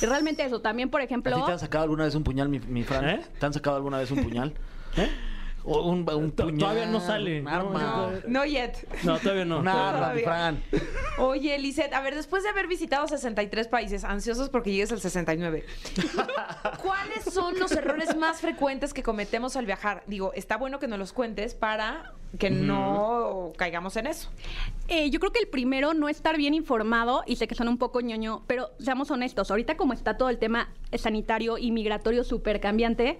Speaker 6: realmente eso, también, por
Speaker 4: ¿A ti
Speaker 6: ejemplo...
Speaker 4: te han sacado alguna vez un puñal, mi, mi Fran?
Speaker 3: ¿Eh?
Speaker 4: ¿Te han sacado alguna vez un puñal?
Speaker 3: *laughs* ¿Eh?
Speaker 4: O un, un
Speaker 3: To-
Speaker 4: puñal.
Speaker 3: todavía no sale.
Speaker 4: Un
Speaker 3: No,
Speaker 4: arma.
Speaker 3: no,
Speaker 5: No yet.
Speaker 3: No, todavía no.
Speaker 4: Un
Speaker 3: todavía no.
Speaker 4: arma, mi Fran.
Speaker 5: Oye, Lisette, a ver, después de haber visitado 63 países, ansiosos porque llegues al 69, ¿cuáles son los errores más frecuentes que cometemos al viajar? Digo, está bueno que nos los cuentes para que no caigamos en eso.
Speaker 6: Eh, yo creo que el primero, no estar bien informado, y sé que son un poco ñoño, pero seamos honestos, ahorita como está todo el tema sanitario y migratorio súper cambiante,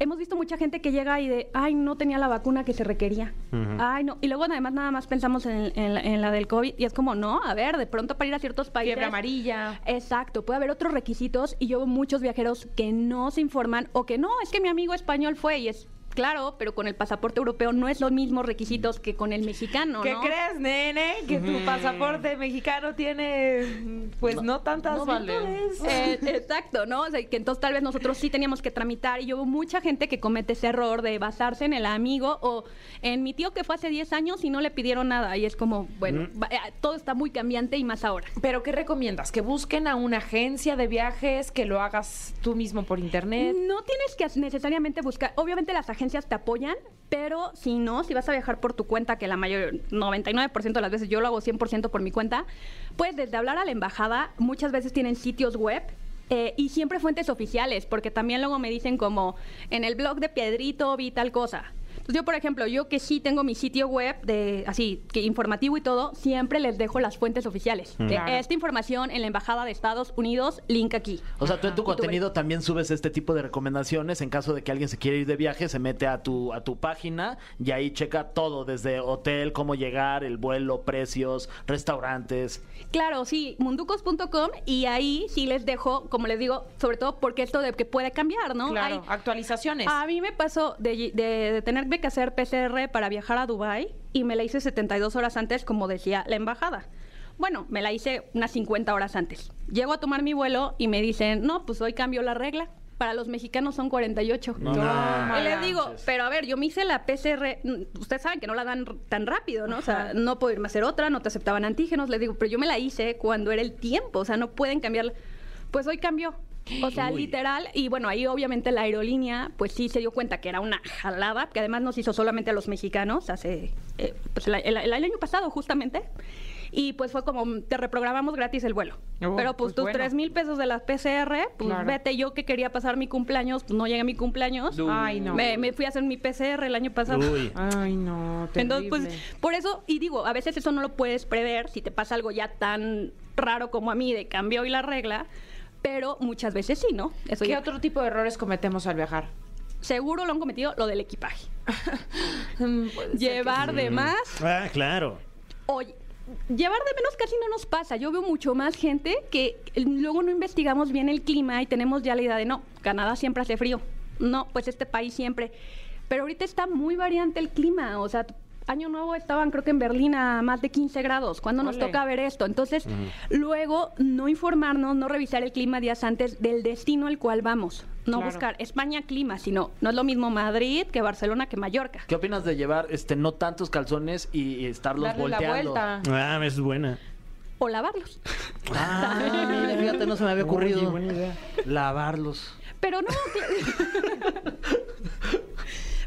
Speaker 6: hemos visto mucha gente que llega y de, ay, no tenía la vacuna que se requería. Ay, no. Y luego además nada más pensamos en, en la- en la del COVID y es como, no, a ver, de pronto para ir a ciertos países...
Speaker 5: Fiebre amarilla.
Speaker 6: Exacto, puede haber otros requisitos y yo veo muchos viajeros que no se informan o que no, es que mi amigo español fue y es... Claro, pero con el pasaporte europeo no es los mismos requisitos que con el mexicano.
Speaker 5: ¿Qué
Speaker 6: ¿no?
Speaker 5: crees, nene? Que tu pasaporte mexicano tiene, pues, no, tantas
Speaker 4: no vale.
Speaker 5: virtudes.
Speaker 6: *laughs* Eh, exacto, ¿no? O sea, que entonces tal vez nosotros sí teníamos que tramitar y yo veo mucha gente que comete ese error de basarse en el amigo o en mi tío que fue hace 10 años y no le pidieron nada y es como, bueno, va- eh, todo está muy cambiante y más ahora.
Speaker 5: ¿Pero qué recomiendas? ¿Que busquen a una agencia de viajes? ¿Que lo hagas tú mismo por internet?
Speaker 6: No tienes que necesariamente buscar, obviamente las agencias te apoyan, pero si no, si vas a viajar por tu cuenta, que la mayor 99% de las veces yo lo hago 100% por mi cuenta, pues desde hablar a la embajada, muchas veces tienen sitios web. eh, y siempre fuentes oficiales, porque también luego me dicen como, en el blog de Piedrito vi tal cosa. Entonces yo, por ejemplo, yo que sí tengo mi sitio web de así, que informativo y todo, siempre les dejo las fuentes oficiales. De
Speaker 5: Mm. Claro.
Speaker 6: esta información en la Embajada de Estados Unidos, link aquí.
Speaker 4: O sea,
Speaker 3: *laughs*
Speaker 4: tú en tu
Speaker 6: Y tú
Speaker 4: contenido también subes este tipo de recomendaciones. En caso de que alguien se quiera ir de viaje, se mete a tu, a tu página y ahí checa todo, desde hotel, cómo llegar, el vuelo, precios, restaurantes.
Speaker 6: Claro, sí, munducos.com y ahí sí les dejo, como les digo, sobre todo porque esto de que puede cambiar, ¿no?
Speaker 5: Claro,
Speaker 6: Hay-
Speaker 5: actualizaciones.
Speaker 6: a mí me pasó de, de- de tener que hacer PCR para viajar a Dubai y me la hice 72 horas antes, como decía la embajada. Bueno, me la hice unas 50 horas antes. Llego a tomar mi vuelo y me dicen, no, pues hoy cambió la regla. Para los mexicanos son 48.
Speaker 4: No, no.
Speaker 6: Y les
Speaker 5: manches.
Speaker 6: digo, pero a ver, yo me hice la PCR, mm, ustedes saben que no la dan r- tan rápido, ¿no? O sea, no puedo irme a hacer otra, no te aceptaban antígenos, les digo, pero yo me la hice cuando era el tiempo, o sea, no pueden cambiarla. Pues hoy cambió. O sea, literal, y bueno, ahí obviamente la aerolínea, pues sí se dio cuenta que era una jalada, que además nos hizo solamente a los mexicanos hace, eh, pues la- el, el año pasado justamente, y pues fue como, mm, te reprogramamos gratis el vuelo.
Speaker 5: Oh,
Speaker 6: pero
Speaker 5: pues
Speaker 6: pues, tus
Speaker 5: bueno.
Speaker 6: tres mil pesos de las PCR, pues
Speaker 5: Claro.
Speaker 6: vete, yo que quería pasar mi cumpleaños, pues no llegué a mi cumpleaños.
Speaker 5: Ay, no.
Speaker 6: Me, me fui a hacer mi PCR el año pasado.
Speaker 3: Uy.
Speaker 5: Ay, no,
Speaker 6: *laughs* Entonces, pues,
Speaker 5: terrible.
Speaker 6: por eso, y digo, a veces eso no lo puedes prever si te pasa algo ya tan raro como a mí de cambio hoy la regla, pero muchas veces sí, ¿no? Eso
Speaker 5: ¿Qué
Speaker 6: ya-
Speaker 5: otro tipo de errores cometemos al viajar?
Speaker 6: Seguro lo han cometido lo del equipaje.
Speaker 5: Mm, pues,
Speaker 6: Llevar de más.
Speaker 3: Ah, claro.
Speaker 6: Oye, llevar de menos casi no nos pasa. Yo veo mucho más gente que luego no investigamos bien el clima y tenemos ya la idea de no, Canadá siempre hace frío. No, pues este país siempre. Pero ahorita está muy variante el clima. O sea, año nuevo estaban creo que en Berlín a más de 15 grados. ¿Cuándo nos
Speaker 5: Ole.
Speaker 6: toca ver esto? Entonces, luego no informarnos, no revisar el clima días antes del destino al cual vamos. No
Speaker 5: Claro.
Speaker 6: buscar España clima, sino no es lo mismo Madrid que Barcelona que Mallorca.
Speaker 4: ¿Qué opinas de llevar este no tantos calzones y, y estarlos
Speaker 5: Darle
Speaker 4: volteando?
Speaker 5: la vuelta.
Speaker 3: Ah, es buena.
Speaker 6: O lavarlos.
Speaker 4: Ah, mira, fíjate, no se me había ocurrido.
Speaker 3: Oye, buena idea.
Speaker 4: Lavarlos.
Speaker 6: Pero no, cl- *laughs*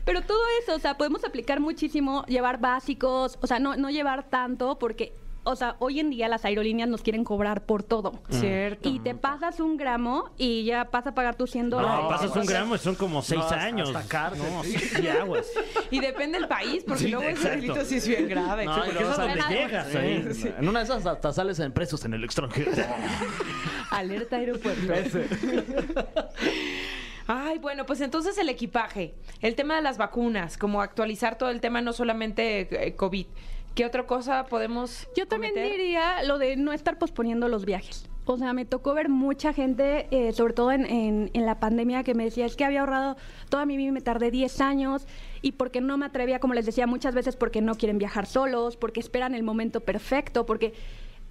Speaker 6: Pero todo eso, o sea, podemos aplicar muchísimo, llevar básicos, o sea, no, no llevar tanto porque, o sea, hoy en día las aerolíneas nos quieren cobrar por todo.
Speaker 5: Cierto.
Speaker 6: Y te pasas un gramo y ya vas a pagar tus 100 dólares.
Speaker 3: No, pasas un gramo y son como seis
Speaker 4: hasta-
Speaker 3: años.
Speaker 4: hasta cárcel.
Speaker 3: No, sí, y aguas.
Speaker 5: Y depende del país, porque
Speaker 3: Sí,
Speaker 5: luego ese
Speaker 3: exacto.
Speaker 5: delito sí es bien grave.
Speaker 4: No,
Speaker 3: Sí,
Speaker 4: y
Speaker 3: porque
Speaker 4: luego
Speaker 3: eso es donde
Speaker 4: sales-
Speaker 3: llegas,
Speaker 4: Sí,
Speaker 3: ahí.
Speaker 4: sí. ¿eh? En una de esas hasta sales en presos en el extranjero.
Speaker 5: Alerta aeropuerto. Ay, bueno, pues entonces el equipaje, el tema de las vacunas, como actualizar todo el tema, no solamente eh, COVID. ¿Qué otra cosa podemos.?
Speaker 6: Yo también
Speaker 5: cometer?
Speaker 6: diría lo de no estar posponiendo los viajes. O sea, me tocó ver mucha gente, eh, sobre todo en, en- en la pandemia, que me decía, es que había ahorrado toda mi vida y me tardé 10 años y porque no me atrevía, como les decía muchas veces, porque no quieren viajar solos, porque esperan el momento perfecto, porque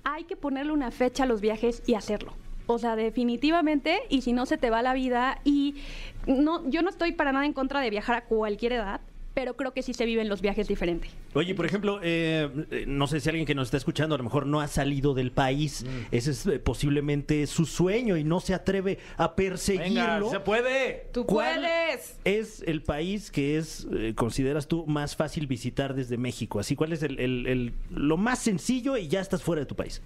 Speaker 6: hay que ponerle una fecha a los viajes y hacerlo. O sea, definitivamente, y si no se te va la vida, y no, yo no estoy para nada en contra de viajar a cualquier edad, pero creo que sí se viven los viajes diferente.
Speaker 3: Oye, por ejemplo, eh, eh, no sé si alguien que nos está escuchando a lo mejor no ha salido del país.
Speaker 4: Mm.
Speaker 3: Ese es eh, posiblemente su sueño y no se atreve a
Speaker 4: Venga,
Speaker 3: perseguirlo.
Speaker 4: se puede.
Speaker 5: ¡Tú
Speaker 3: ¿Cuál?
Speaker 5: puedes!
Speaker 3: es el país que es, eh, consideras tú, más fácil visitar desde México? Así, ¿cuál es el, el- el- lo más sencillo y ya estás fuera de tu país?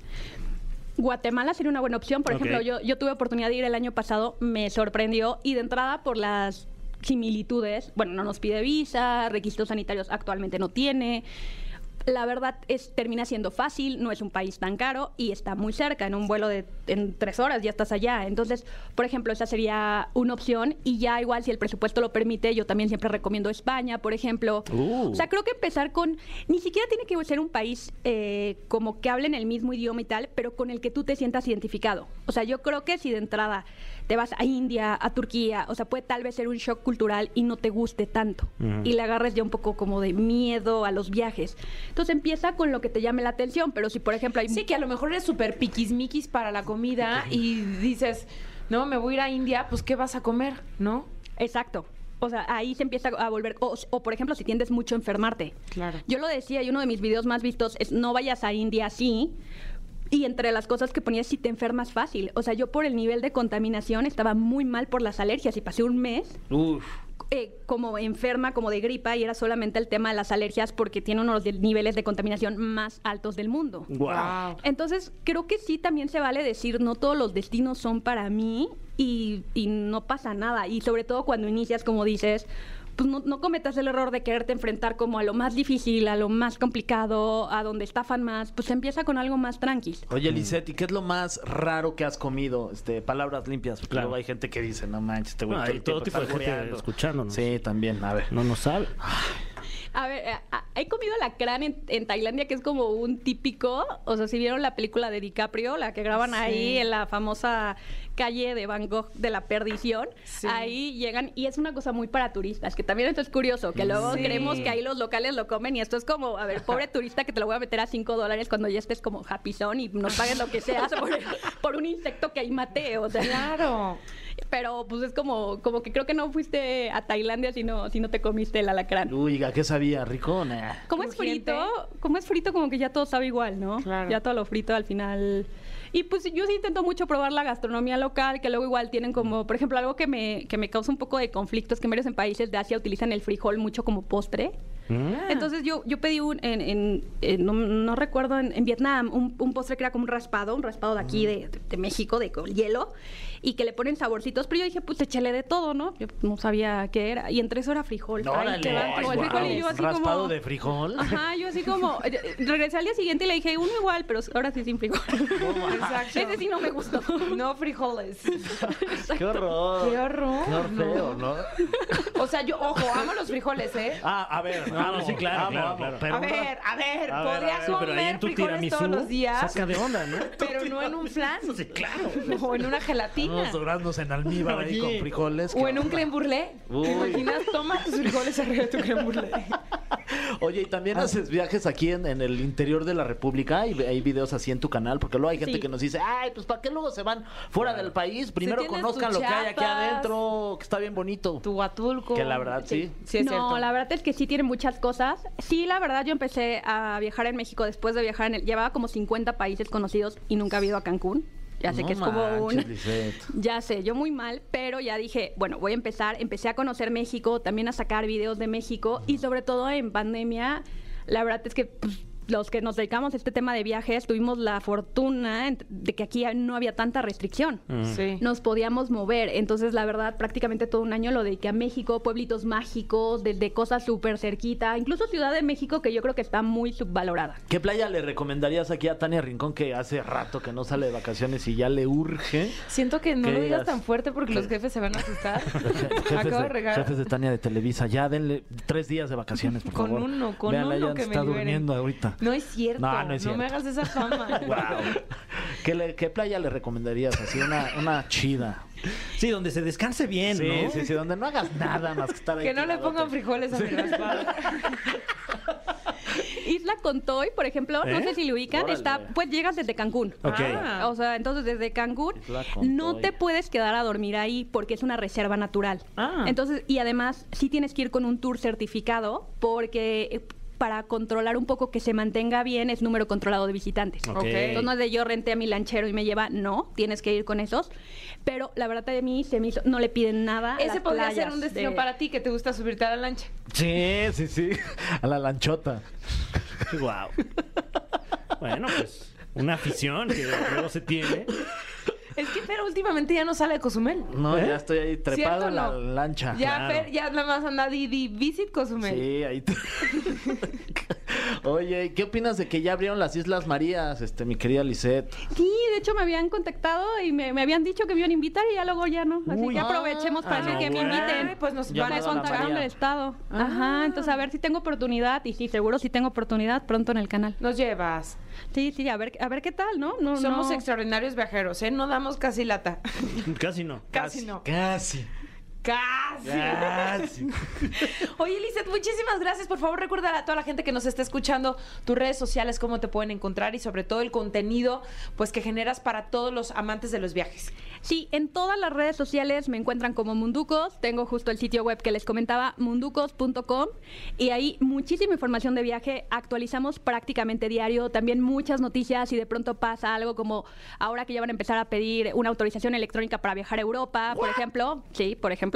Speaker 6: Guatemala sería una buena opción. Por
Speaker 3: Ok.
Speaker 6: ejemplo, yo, yo tuve oportunidad de ir el año pasado, me sorprendió y de entrada por las similitudes, bueno, no nos pide visa, requisitos sanitarios actualmente no tiene. La verdad es termina siendo fácil, no es un país tan caro y está muy cerca. En un vuelo de en tres horas ya estás allá. Entonces, por ejemplo, esa sería una opción y ya igual si el presupuesto lo permite, yo también siempre recomiendo España, por ejemplo.
Speaker 3: Uh.
Speaker 6: O sea, creo que empezar con, ni siquiera tiene que ser un país eh, como que hablen el mismo idioma y tal, pero con el que tú te sientas identificado. O sea, yo creo que si de entrada te vas a India, a Turquía, o sea, puede tal vez ser un shock cultural y no te guste tanto. Y le agarres ya un poco como de miedo a los viajes. Entonces empieza con lo que te llame la atención, pero si por ejemplo hay...
Speaker 5: Sí, que a lo mejor eres súper piquismiquis para la comida y dices, no, me voy a ir a India, pues ¿qué vas a comer? ¿No?
Speaker 6: Exacto. O sea, ahí se empieza a volver, o, o, por ejemplo, si tiendes mucho a enfermarte.
Speaker 5: Claro.
Speaker 6: Yo lo decía, y uno de mis videos más vistos es no vayas a India así. Y entre las cosas que ponía es si te enfermas fácil. O sea, yo por el nivel de contaminación estaba muy mal por las alergias y pasé un mes
Speaker 4: Uf.
Speaker 6: eh, como enferma, como de gripa, y era solamente el tema de las alergias porque tiene uno de los de- niveles de contaminación más altos del mundo.
Speaker 3: Ah,
Speaker 5: Wow.
Speaker 6: Entonces, creo que sí también se vale decir, no todos los destinos son para mí y, y no pasa nada. Y sobre todo cuando inicias, como dices, pues no, no cometas el error de quererte enfrentar como a lo más difícil, a lo más complicado, a donde estafan más. Pues empieza con algo más tranqui.
Speaker 4: *laughs* Oye, Lisette, ¿y qué es lo más raro que has comido? Este, palabras limpias, porque
Speaker 3: Claro.
Speaker 4: luego hay gente que dice, no manches, este güey.
Speaker 3: No,
Speaker 4: todo
Speaker 3: hay
Speaker 4: el
Speaker 3: todo
Speaker 4: tiempo
Speaker 3: tipo
Speaker 4: está
Speaker 3: de gente
Speaker 4: albureando".
Speaker 3: escuchándonos.
Speaker 4: Sí, también, a ver.
Speaker 3: No nos sabe.
Speaker 6: A ver, a- a- he comido alacrán en, en Tailandia, que es como un típico. O sea, si vieron la película de DiCaprio, la que graban
Speaker 5: Sí.
Speaker 6: ahí en la famosa calle de Van Gogh de la Perdición,
Speaker 5: Sí.
Speaker 6: ahí llegan y es una cosa muy para turistas, que también esto es curioso, que luego
Speaker 5: Sí.
Speaker 6: creemos que ahí los locales lo comen y esto es como, a ver,
Speaker 5: *laughs*
Speaker 6: pobre turista que te lo voy a meter a 5 dólares cuando ya estés como happy zone y nos pagues lo que seas por, por un insecto que ahí maté, o sea.
Speaker 5: Claro.
Speaker 6: Pero pues es como, como que creo que no fuiste a Tailandia si no, si no te comiste el alacrán.
Speaker 4: Uy, ¿a qué sabía? Eh. ¿Rico? Nah.
Speaker 6: Como es
Speaker 5: Crujiente.
Speaker 6: frito, como es frito, como que ya todo sabe igual, ¿no?
Speaker 5: Claro.
Speaker 6: Ya todo lo frito al final. Y pues yo sí intento mucho probar la gastronomía local, que luego igual tienen
Speaker 5: Mm.
Speaker 6: como, por ejemplo, algo que me, que me causa un poco de conflicto es que en varios en países de Asia utilizan el frijol mucho como postre.
Speaker 5: Ah.
Speaker 6: Entonces yo, yo pedí un, en, en- en- no, no recuerdo, en, en Vietnam, un, un postre que era como un raspado, un raspado de
Speaker 5: Mm.
Speaker 6: aquí, de, de México, de con hielo, y que le ponen saborcitos, pero yo dije, pues échale de todo, ¿no? Yo no sabía qué era, y entre eso era frijol. Ay, qué asco, el
Speaker 4: Wow.
Speaker 6: frijol y yo así
Speaker 4: ¿Raspado
Speaker 6: como...
Speaker 4: de frijol?
Speaker 6: Ajá, yo así como eh, regresé al día siguiente y le dije uno igual, pero ahora sí sin frijol.
Speaker 5: Exacto.
Speaker 6: Ese sí no me gustó.
Speaker 5: No
Speaker 6: *laughs*
Speaker 5: frijoles.
Speaker 4: *laughs* ¡Qué horror!
Speaker 5: Qué horror.
Speaker 4: Qué horror feo, ¿no?
Speaker 5: O sea, yo, ojo, amo los frijoles, ¿eh?
Speaker 4: Ah, a ver.
Speaker 3: No, no, sí, claro, claro, claro.
Speaker 4: pero
Speaker 5: A
Speaker 4: no-
Speaker 5: ver, a ver,
Speaker 4: A ver,
Speaker 5: podría
Speaker 4: a ver,
Speaker 5: comer
Speaker 3: pero ahí en tu
Speaker 5: frijoles todos
Speaker 3: tiramisú,
Speaker 5: los días,
Speaker 4: Saca de onda, ¿no?
Speaker 5: pero no en un flan.
Speaker 3: Sí, claro.
Speaker 5: O en una gelatina.
Speaker 4: Unos duraznos en almíbar
Speaker 3: Oye.
Speaker 4: ahí con frijoles.
Speaker 5: O en un
Speaker 4: crema.
Speaker 5: creme burlé.
Speaker 4: Uy.
Speaker 5: ¿Te imaginas? Toma tus frijoles arriba de tu creme burlé.
Speaker 4: Oye, y también
Speaker 5: Ah.
Speaker 4: haces viajes aquí en, en el interior de la República y hay videos así en tu canal, porque luego hay gente
Speaker 6: Sí.
Speaker 4: que nos dice, ay, pues ¿para qué luego se van fuera del país? Primero
Speaker 5: tienes
Speaker 4: conozcan
Speaker 5: tu
Speaker 4: lo que hay aquí
Speaker 5: Chiapas,
Speaker 4: adentro, que está bien bonito.
Speaker 5: Tu guatulco.
Speaker 4: Que la verdad sí.
Speaker 5: Sí, es
Speaker 6: no,
Speaker 5: cierto.
Speaker 6: la verdad es que sí tienen muchas cosas. Sí, la verdad yo empecé a viajar en México después de viajar en el... Llevaba como 50 países conocidos y nunca había ido a Cancún. Ya sé
Speaker 4: No
Speaker 6: que es como
Speaker 4: manches,
Speaker 6: un...
Speaker 4: Lisette.
Speaker 6: Ya sé, yo muy mal, pero ya dije, bueno, voy a empezar. Empecé a conocer México, también a sacar videos de México y sobre todo en pandemia, la verdad es que pues, los que nos dedicamos a este tema de viajes tuvimos la fortuna en- de que aquí no había tanta restricción.
Speaker 4: Mm.
Speaker 5: Sí.
Speaker 6: Nos podíamos mover. Entonces, la verdad, prácticamente todo un año lo dediqué a México, pueblitos mágicos, desde cosas súper cerquita, incluso Ciudad de México, que yo creo que está muy subvalorada.
Speaker 4: ¿Qué playa le recomendarías aquí a Tania Rincón que hace rato que no sale de vacaciones y ya le
Speaker 5: *laughs*
Speaker 4: urge?
Speaker 5: Siento que no
Speaker 4: ¿Qué
Speaker 5: lo
Speaker 4: digas?
Speaker 5: digas tan fuerte porque los jefes se van a asustar. Acabo de
Speaker 4: de,
Speaker 5: regar.
Speaker 4: *laughs* jefes de Tania de Televisa, ya denle tres días de vacaciones, por
Speaker 5: Con
Speaker 4: favor.
Speaker 5: uno, con
Speaker 4: Véanla,
Speaker 5: uno
Speaker 4: ya
Speaker 5: que me
Speaker 4: está
Speaker 5: liberen.
Speaker 4: durmiendo ahorita.
Speaker 5: No es cierto.
Speaker 4: No,
Speaker 5: No,
Speaker 4: no es
Speaker 5: me
Speaker 4: cierto.
Speaker 5: hagas esa
Speaker 4: *laughs*
Speaker 5: fama.
Speaker 4: Wow. ¿Qué, le- qué playa le recomendarías? Así una, una chida.
Speaker 3: Sí, donde se descanse bien,
Speaker 4: Sí,
Speaker 3: ¿no?
Speaker 4: sí, sí, donde no hagas nada más que estar ahí.
Speaker 5: Que no le
Speaker 4: tiradote.
Speaker 5: pongan frijoles a mi raspada. *laughs*
Speaker 6: *laughs* Isla Contoy, por ejemplo, no
Speaker 4: ¿Eh?
Speaker 6: sé si lo ubican,
Speaker 4: Órale.
Speaker 6: está, pues llegas desde Cancún.
Speaker 3: Ok.
Speaker 5: Ah.
Speaker 6: O sea, entonces desde Cancún
Speaker 4: Isla Contoy.
Speaker 6: no te puedes quedar a dormir ahí porque es una reserva natural.
Speaker 5: Ah.
Speaker 6: Entonces, y además sí tienes que ir con un tour certificado porque eh, para controlar un poco que se mantenga bien es número controlado de visitantes.
Speaker 3: Ok.
Speaker 5: Ok.
Speaker 6: Entonces no es de yo renté a mi lanchero y me lleva, no, tienes que ir con esos. Pero la verdad de mí se me hizo, no le piden nada. a
Speaker 5: Ese
Speaker 6: las
Speaker 5: podría ser
Speaker 6: playas
Speaker 5: un destino
Speaker 6: de-
Speaker 5: para ti que te gusta subirte a la lancha.
Speaker 4: Sí, sí, sí. A la lanchota.
Speaker 3: Wow. Bueno, pues una afición que luego se tiene.
Speaker 5: Es que Fer últimamente ya no sale de Cozumel.
Speaker 4: No,
Speaker 3: ¿Eh?
Speaker 4: ya estoy ahí trepado
Speaker 5: ¿Cierto
Speaker 4: en la
Speaker 5: o no?
Speaker 4: lancha.
Speaker 5: Ya,
Speaker 3: claro.
Speaker 5: Fer, ya nada más anda Didi Visit Cozumel.
Speaker 4: Sí, ahí *laughs* te- Oye, ¿qué opinas de que ya abrieron las Islas Marías, este, mi querida Lisette?
Speaker 6: Sí, de hecho me habían contactado y me, me habían dicho que me iban a invitar y ya luego ya no. Así
Speaker 4: Uy.
Speaker 6: que aprovechemos para
Speaker 4: Ah,
Speaker 6: decir que me
Speaker 3: bueno.
Speaker 5: Ay,
Speaker 6: inviten.
Speaker 5: pues nos
Speaker 4: Ya
Speaker 5: van a
Speaker 4: nada la
Speaker 5: contar.
Speaker 6: Contaron del
Speaker 4: María.
Speaker 6: estado. Ajá, entonces a ver si tengo oportunidad y sí, seguro si tengo oportunidad pronto en el canal.
Speaker 5: Nos llevas.
Speaker 6: Sí, sí, a ver, a ver qué tal, ¿no? no
Speaker 5: Somos
Speaker 6: no.
Speaker 5: extraordinarios viajeros, ¿eh? No damos casi lata. *laughs*
Speaker 3: Casi no.
Speaker 5: Casi no.
Speaker 4: Casi.
Speaker 5: Casi.
Speaker 4: Casi.
Speaker 5: Oye, Lizeth, muchísimas gracias. Por favor, recuerda a toda la gente que nos está escuchando tus redes sociales, cómo te pueden encontrar y sobre todo el contenido pues que generas para todos los amantes de los viajes.
Speaker 6: Sí, en todas las redes sociales me encuentran como Munducos. Tengo justo el sitio web que les comentaba, munducos.com. Y ahí muchísima información de viaje. Actualizamos prácticamente diario. También muchas noticias. Y de pronto pasa algo como ahora que ya van a empezar a pedir una autorización electrónica para viajar a Europa, por ejemplo. Sí, por ejemplo.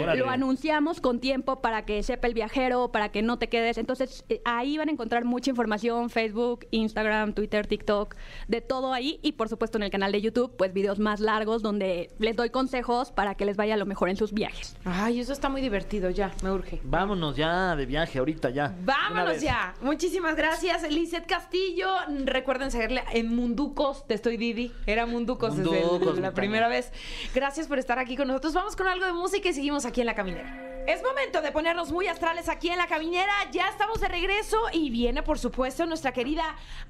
Speaker 3: Órale.
Speaker 6: Lo anunciamos con tiempo para que sepa el viajero, para que no te quedes. Entonces eh, ahí van a encontrar mucha información. Facebook, Instagram, Twitter, TikTok. De todo ahí. Y por supuesto en el canal de YouTube, pues videos más largos donde les doy consejos para que les vaya lo mejor en sus viajes.
Speaker 5: Ay, eso está muy divertido ya, me urge.
Speaker 4: Vámonos ya de viaje ahorita ya. Una
Speaker 5: Vámonos
Speaker 4: vez.
Speaker 5: ya. Muchísimas gracias, Lizeth Castillo. Recuerden seguirle en Munducos. Te estoy Didi. Era Munducos, desde
Speaker 4: Munducos,
Speaker 5: el- la
Speaker 4: mi
Speaker 5: primera
Speaker 4: Tania.
Speaker 5: vez. Gracias por estar aquí con nosotros. Vamos con algo de música y seguimos aquí en la caminera. Es momento de ponernos muy astrales aquí en la caminera. Ya estamos de regreso y viene, por supuesto, nuestra querida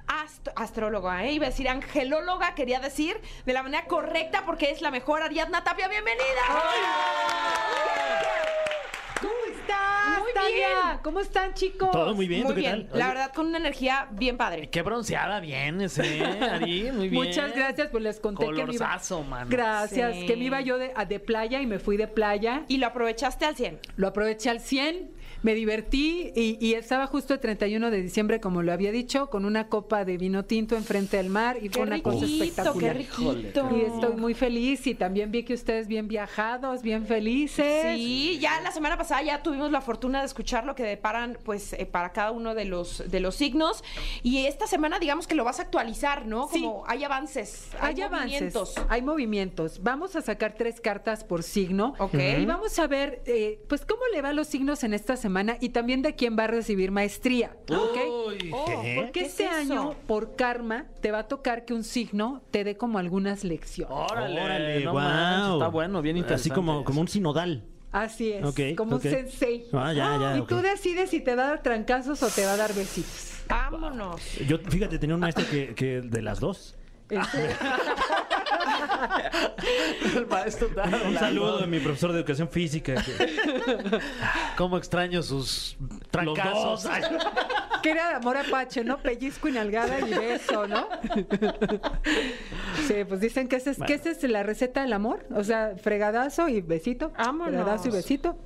Speaker 5: ast- astróloga. ¿eh? Iba a decir angelóloga, quería decir de la manera correcta porque es la mejor Ariadna Tapia. ¡Bienvenida!
Speaker 7: ¿Cómo estás,
Speaker 5: Muy
Speaker 7: Tania?
Speaker 5: bien.
Speaker 7: ¿Cómo están, chicos?
Speaker 3: Todo muy bien,
Speaker 5: Muy
Speaker 3: ¿tú qué
Speaker 5: bien,
Speaker 3: tal?
Speaker 5: la verdad con una energía bien padre.
Speaker 4: Qué bronceada vienes, eh, Ari, muy bien.
Speaker 7: Muchas gracias, pues les conté que me iba...
Speaker 4: Colorzazo, mano.
Speaker 7: Gracias,
Speaker 5: Sí.
Speaker 7: que me iba yo de, a- de playa y me fui de playa.
Speaker 5: Y lo aprovechaste al 100.
Speaker 7: Lo aproveché al 100, me divertí y, y estaba justo el 31 de diciembre, como lo había dicho, con una copa de vino tinto enfrente del mar y fue una cosa
Speaker 5: qué
Speaker 7: espectacular.
Speaker 5: riquito.
Speaker 7: Y estoy muy feliz y también vi que ustedes bien viajados, bien felices.
Speaker 5: Sí, ya la semana pasada ya tuvimos la fortuna de escuchar lo que deparan pues eh, para cada uno de los de los signos y esta semana digamos que lo vas a actualizar, ¿no?
Speaker 7: Sí.
Speaker 5: Como hay avances,
Speaker 7: Hay, avances,
Speaker 5: movimientos.
Speaker 7: hay movimientos. Vamos a sacar tres cartas por signo.
Speaker 5: Ok.
Speaker 7: Y vamos a ver, eh, pues, cómo le va a los signos en esta semana y también de quién va a recibir maestría. ¿ok?
Speaker 4: Uy.
Speaker 5: Oh,
Speaker 3: ¿Eh? ¿Qué?
Speaker 7: Porque
Speaker 5: ¿qué es
Speaker 7: este
Speaker 5: eso?
Speaker 7: año, por karma, te va a tocar que un signo te dé como algunas lecciones.
Speaker 4: Órale, no
Speaker 3: guau.
Speaker 4: manches, está bueno, bien interesante.
Speaker 3: Así como, como un sinodal.
Speaker 7: Así es,
Speaker 3: Ok,
Speaker 7: como
Speaker 3: ok.
Speaker 7: un sensei.
Speaker 3: Ah, ya, ya,
Speaker 7: y
Speaker 3: ok.
Speaker 7: tú decides si te va a dar trancazos o te va a
Speaker 3: *laughs*
Speaker 7: dar besitos.
Speaker 5: Vámonos.
Speaker 3: Yo, fíjate, tenía un maestro que, que de las dos.
Speaker 7: Este-
Speaker 4: El maestro está
Speaker 3: Un
Speaker 4: hablando.
Speaker 3: saludo de mi profesor de educación física. que-
Speaker 4: *laughs* Cómo extraño sus trancazos.
Speaker 3: dos.
Speaker 4: Ay,
Speaker 7: Que era de amor apache, ¿no? Pellizco y nalgada y beso, ¿no? Sí, pues dicen que esa es, que esa es la receta del amor. O sea, fregadazo y besito.
Speaker 5: Vámonos.
Speaker 7: Fregadazo y besito.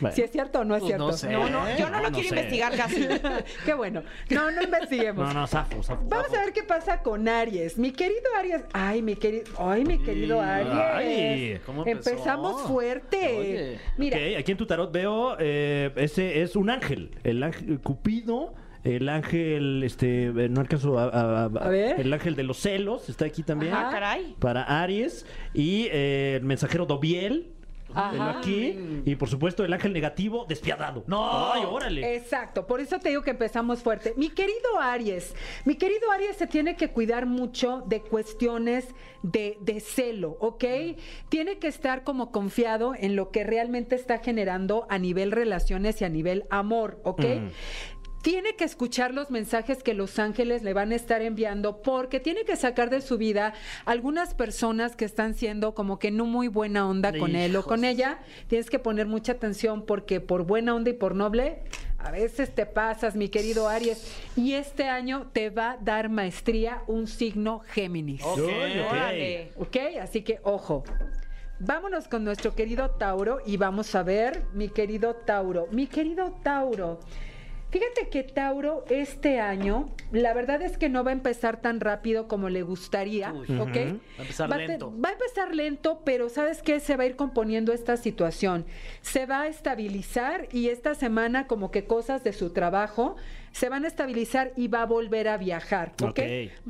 Speaker 3: Bueno.
Speaker 7: Si es cierto o no es
Speaker 4: Pues
Speaker 7: cierto.
Speaker 4: no sé.
Speaker 5: No, no, yo no,
Speaker 3: No,
Speaker 5: lo
Speaker 3: Eh, no
Speaker 5: quiero
Speaker 3: sé.
Speaker 5: investigar
Speaker 3: *laughs*
Speaker 5: casi.
Speaker 7: *laughs* Qué bueno. No, no investiguemos.
Speaker 3: No, no, zafo, zafo.
Speaker 7: Vamos a ver qué pasa con Aries. Mi querido Aries. Ay, mi querido. Ay, mi querido
Speaker 4: Y-
Speaker 7: Aries.
Speaker 3: ay,
Speaker 4: ¿cómo empezó?
Speaker 7: Empezamos fuerte.
Speaker 4: Oye,
Speaker 7: Mira,
Speaker 3: Ok, aquí en tu tarot veo, eh, ese es un ángel, el ángel Cupido El ángel, este, eh, no alcanzo a, a- a-
Speaker 7: ver.
Speaker 3: El ángel de los celos está aquí también.
Speaker 2: Ah, caray.
Speaker 3: Para Aries. Y eh, el mensajero Dobiel. el
Speaker 7: Ajá.
Speaker 3: aquí. Y por supuesto, el ángel negativo despiadado. ¡No! ¡Ay, órale!
Speaker 7: Exacto, por eso te digo que empezamos fuerte. Mi querido Aries, mi querido Aries se tiene que cuidar mucho de cuestiones de, de celo, ¿ok?
Speaker 3: Mm.
Speaker 7: Tiene que estar como confiado en lo que realmente está generando a nivel relaciones y a nivel amor, ¿ok?
Speaker 3: Mm.
Speaker 7: Tiene que escuchar los mensajes que los ángeles le van a estar enviando porque tiene que sacar de su vida algunas personas que están siendo como que no muy buena onda con él o con ella. Tienes que poner mucha atención porque por buena onda y por noble a veces te pasas, mi querido Aries. Y este año te va a dar maestría un signo Géminis.
Speaker 4: Ok.
Speaker 3: Uy, ok.
Speaker 2: Órale.
Speaker 7: ¿Ok? Así que ojo. Vámonos con nuestro querido Tauro y vamos a ver, mi querido Tauro, mi querido Tauro. Fíjate que Tauro este año, la verdad es que no va a empezar tan rápido como le gustaría,
Speaker 4: Uy.
Speaker 7: ¿ok?
Speaker 4: Ujú. a empezar
Speaker 7: a te-
Speaker 4: lento.
Speaker 7: va a empezar lento, pero ¿sabes qué? Se va a ir componiendo esta situación. Se va a estabilizar y esta semana como que cosas de su trabajo se van a estabilizar y va a volver a viajar, ¿ok?
Speaker 3: Ok.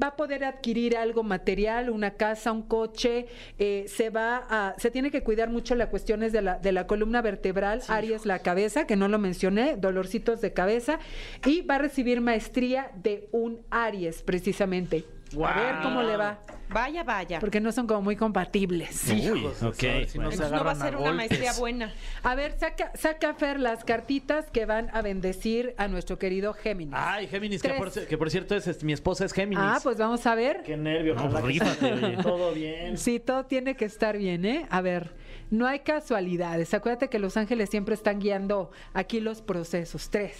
Speaker 7: Va a poder adquirir algo material, una casa, un coche, eh, se va a, se tiene que cuidar mucho las cuestiones de la, de la columna vertebral, Aries la cabeza, que no lo mencioné, dolorcitos de cabeza, y va a recibir maestría de un Aries, precisamente. A ver cómo le va,
Speaker 2: Vaya, vaya.
Speaker 7: porque no son como muy compatibles.
Speaker 3: Uy, ok.
Speaker 4: Entonces,
Speaker 3: bueno.
Speaker 2: Entonces no va a
Speaker 4: agarran
Speaker 2: ser una
Speaker 4: golpes.
Speaker 2: maestría buena.
Speaker 7: A ver, saca, saca Fer las cartitas que van a bendecir a nuestro querido Géminis.
Speaker 4: Ay, Géminis, que
Speaker 7: Tres.
Speaker 4: por, que por cierto es, es- mi esposa es Ah, Géminis.
Speaker 7: Ah, pues vamos a ver.
Speaker 4: Qué nervio,
Speaker 3: No,
Speaker 4: ojalá que
Speaker 3: rífate,
Speaker 4: esté
Speaker 3: oye.
Speaker 4: todo bien.
Speaker 7: Sí, todo tiene que estar bien, ¿eh? A ver, no hay casualidades. Acuérdate que los ángeles siempre están guiando aquí los procesos. Tres.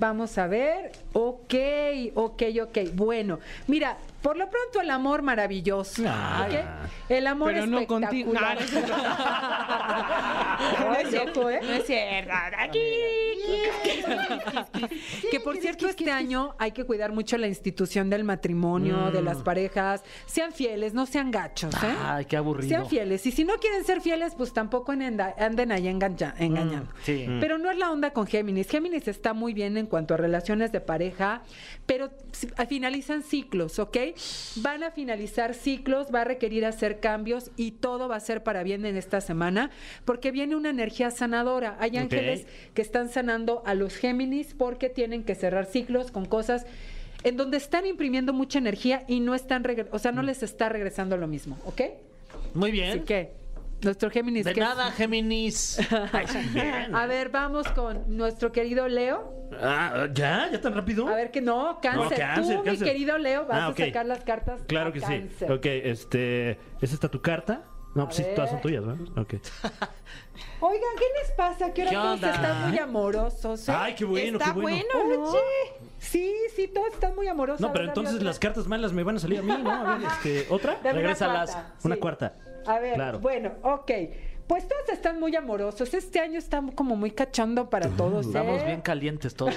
Speaker 7: Vamos a ver. Ok, ok, ok. Bueno, mira, por lo pronto el amor maravilloso.
Speaker 3: Ah.
Speaker 7: ¿ok? El amor
Speaker 8: Pero no contigo.
Speaker 7: espectacular.
Speaker 8: No, no es cierto.
Speaker 5: Ah.
Speaker 2: No
Speaker 7: *laughs* Ay,
Speaker 2: es cierto,
Speaker 7: loco, ¿eh?
Speaker 2: No es cierto. Aquí.
Speaker 7: Que por cierto, este año hay que cuidar mucho la institución del matrimonio, de las parejas. Sean fieles, no sean gachos, ¿eh?
Speaker 4: Ay, qué aburrido.
Speaker 7: Sean fieles. Y si no quieren ser fieles, pues tampoco en- enda- anden ahí engancha- engañando.
Speaker 4: sí. Mm.
Speaker 7: Pero no es la onda con Géminis. Géminis está muy bien en cuanto a relaciones de pareja, pero si- a- finalizan ciclos, ¿ok? Van a finalizar ciclos, va a requerir hacer cambios y todo va a ser para bien en esta semana, porque viene una energía sanadora. Hay ángeles que están sanando a los Géminis porque tienen que cerrar ciclos con cosas en donde están imprimiendo mucha energía y no están, regre- o sea, no les está regresando lo mismo, ¿ok?
Speaker 4: Muy bien.
Speaker 7: Así que, nuestro Géminis.
Speaker 4: de
Speaker 7: ¿qué?
Speaker 4: nada,
Speaker 7: *laughs*
Speaker 4: Géminis.
Speaker 7: A ver, vamos con nuestro querido Leo.
Speaker 3: Ah, ¿ya? ¿Ya tan rápido?
Speaker 7: A ver, que no, cáncer.
Speaker 3: cáncer,
Speaker 7: Tú, mi
Speaker 3: cáncer.
Speaker 7: querido Leo, vas
Speaker 3: Ah, ok.
Speaker 7: a sacar las cartas. a
Speaker 3: Claro que
Speaker 7: cáncer.
Speaker 3: sí. Ok, este. ¿Es esta tu carta? No, pues sí,
Speaker 7: ver.
Speaker 3: todas son tuyas, ¿verdad? Ok.
Speaker 7: Oigan, ¿qué les pasa? ¿Qué hora
Speaker 4: ¿Qué
Speaker 7: todos
Speaker 4: onda?
Speaker 7: están muy amorosos? eh?
Speaker 3: Ay, qué bueno,
Speaker 2: Está
Speaker 3: qué bueno.
Speaker 2: bueno, ¿no?
Speaker 7: Oye, sí, sí, todos están muy amorosos.
Speaker 3: No,
Speaker 7: A
Speaker 3: pero
Speaker 7: ver,
Speaker 3: entonces
Speaker 7: dame
Speaker 3: las
Speaker 7: otra.
Speaker 3: cartas malas me van a salir a mí, ¿no? A ver, este, ¿otra?
Speaker 7: Dame una
Speaker 4: Regrésalas.
Speaker 7: cuarta,
Speaker 3: Una
Speaker 7: sí.
Speaker 3: cuarta.
Speaker 7: A ver,
Speaker 3: Claro.
Speaker 7: bueno, ok. Pues todos están muy amorosos. Este año están como muy cachondo para
Speaker 4: Pues
Speaker 7: todos.
Speaker 3: *laughs*
Speaker 4: Estamos
Speaker 7: ¿eh?
Speaker 4: bien calientes
Speaker 7: *laughs*
Speaker 4: todos.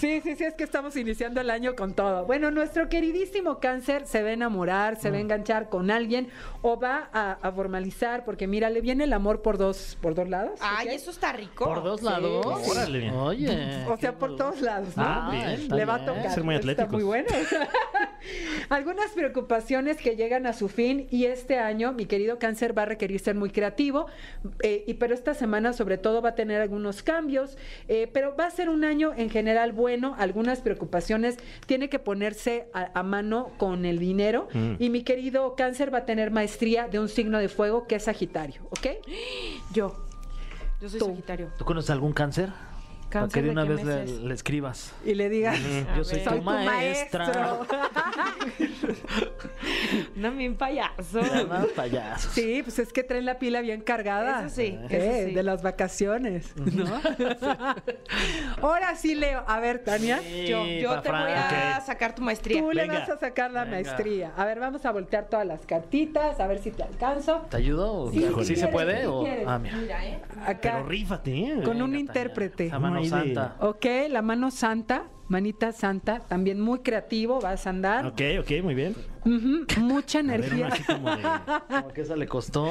Speaker 7: Sí, sí, sí, es que estamos iniciando el año con todo. Bueno, nuestro queridísimo cáncer se va a enamorar,
Speaker 3: Mm.
Speaker 7: se va a enganchar con alguien o va a, a formalizar, porque mira, le viene el amor por dos, por dos lados.
Speaker 2: Ay,
Speaker 7: ¿ok?
Speaker 2: eso está rico.
Speaker 4: Por dos lados.
Speaker 3: Órale.
Speaker 4: Oye.
Speaker 7: O
Speaker 4: qué
Speaker 7: sea, por
Speaker 4: boludo.
Speaker 7: todos lados, ¿no?
Speaker 4: Ah, bien.
Speaker 7: Le va a
Speaker 4: Está bien.
Speaker 7: tocar.
Speaker 3: Ser muy
Speaker 7: Está muy
Speaker 3: atléticos.
Speaker 7: bueno. *laughs* Algunas preocupaciones que llegan a su fin y este año, mi querido cáncer, va a requerir ser muy creativo, eh, y, pero esta semana sobre todo va a tener algunos cambios, eh, pero va a ser un año en general bueno. Algunas preocupaciones tiene que ponerse a, a mano con el dinero
Speaker 3: Mm.
Speaker 7: y mi querido cáncer va a tener maestría de un signo de fuego que es Sagitario, ¿ok?
Speaker 2: Yo. Yo soy
Speaker 7: Tú.
Speaker 2: Sagitario.
Speaker 4: ¿Tú conoces algún cáncer? Para que
Speaker 2: ¿Cáncer
Speaker 4: de
Speaker 2: de
Speaker 4: una
Speaker 2: qué
Speaker 4: vez le,
Speaker 2: meses?
Speaker 4: le
Speaker 7: *laughs*
Speaker 4: escribas.
Speaker 7: Y le digas...
Speaker 4: Yo soy
Speaker 2: ver.
Speaker 4: tu
Speaker 7: Soy tu
Speaker 4: maestra.
Speaker 7: maestro. *laughs*
Speaker 2: No, bien payaso.
Speaker 4: Nada, payasos.
Speaker 7: Sí, pues es que traen la pila bien cargada.
Speaker 2: Eso sí,
Speaker 7: Eh,
Speaker 2: eso sí.
Speaker 7: De las vacaciones, ¿no?
Speaker 3: *laughs*
Speaker 7: Ahora sí, Leo. A ver, Tania.
Speaker 2: Yo, yo
Speaker 4: pa'
Speaker 2: te voy
Speaker 4: Fran.
Speaker 2: a
Speaker 5: Ah,
Speaker 4: Ok.
Speaker 2: sacar tu maestría.
Speaker 7: Tú le
Speaker 3: Venga.
Speaker 7: vas a sacar la
Speaker 4: Venga.
Speaker 7: maestría. A ver, vamos a voltear todas las cartitas, a ver si te alcanzo.
Speaker 4: ¿Te ayudo? o-
Speaker 7: Sí,
Speaker 4: ¿Sí,
Speaker 7: si
Speaker 4: se
Speaker 7: quieres,
Speaker 4: puede?
Speaker 7: si
Speaker 4: o...
Speaker 7: quieres.
Speaker 4: Ah, mira.
Speaker 2: Mira, ¿eh?
Speaker 7: Acá.
Speaker 3: Pero rífate, ¿eh?
Speaker 7: Con un
Speaker 4: Venga, Tania.
Speaker 7: intérprete.
Speaker 4: La mano
Speaker 3: Ahí de-
Speaker 4: santa.
Speaker 7: Ok, la mano santa, manita santa, también muy creativo vas a andar.
Speaker 3: Ok, ok, muy bien.
Speaker 7: Ujú, mucha
Speaker 3: A ver,
Speaker 7: energía.
Speaker 3: una así como
Speaker 7: *laughs*
Speaker 3: de.
Speaker 4: *laughs* Como que Ah. esa le costó.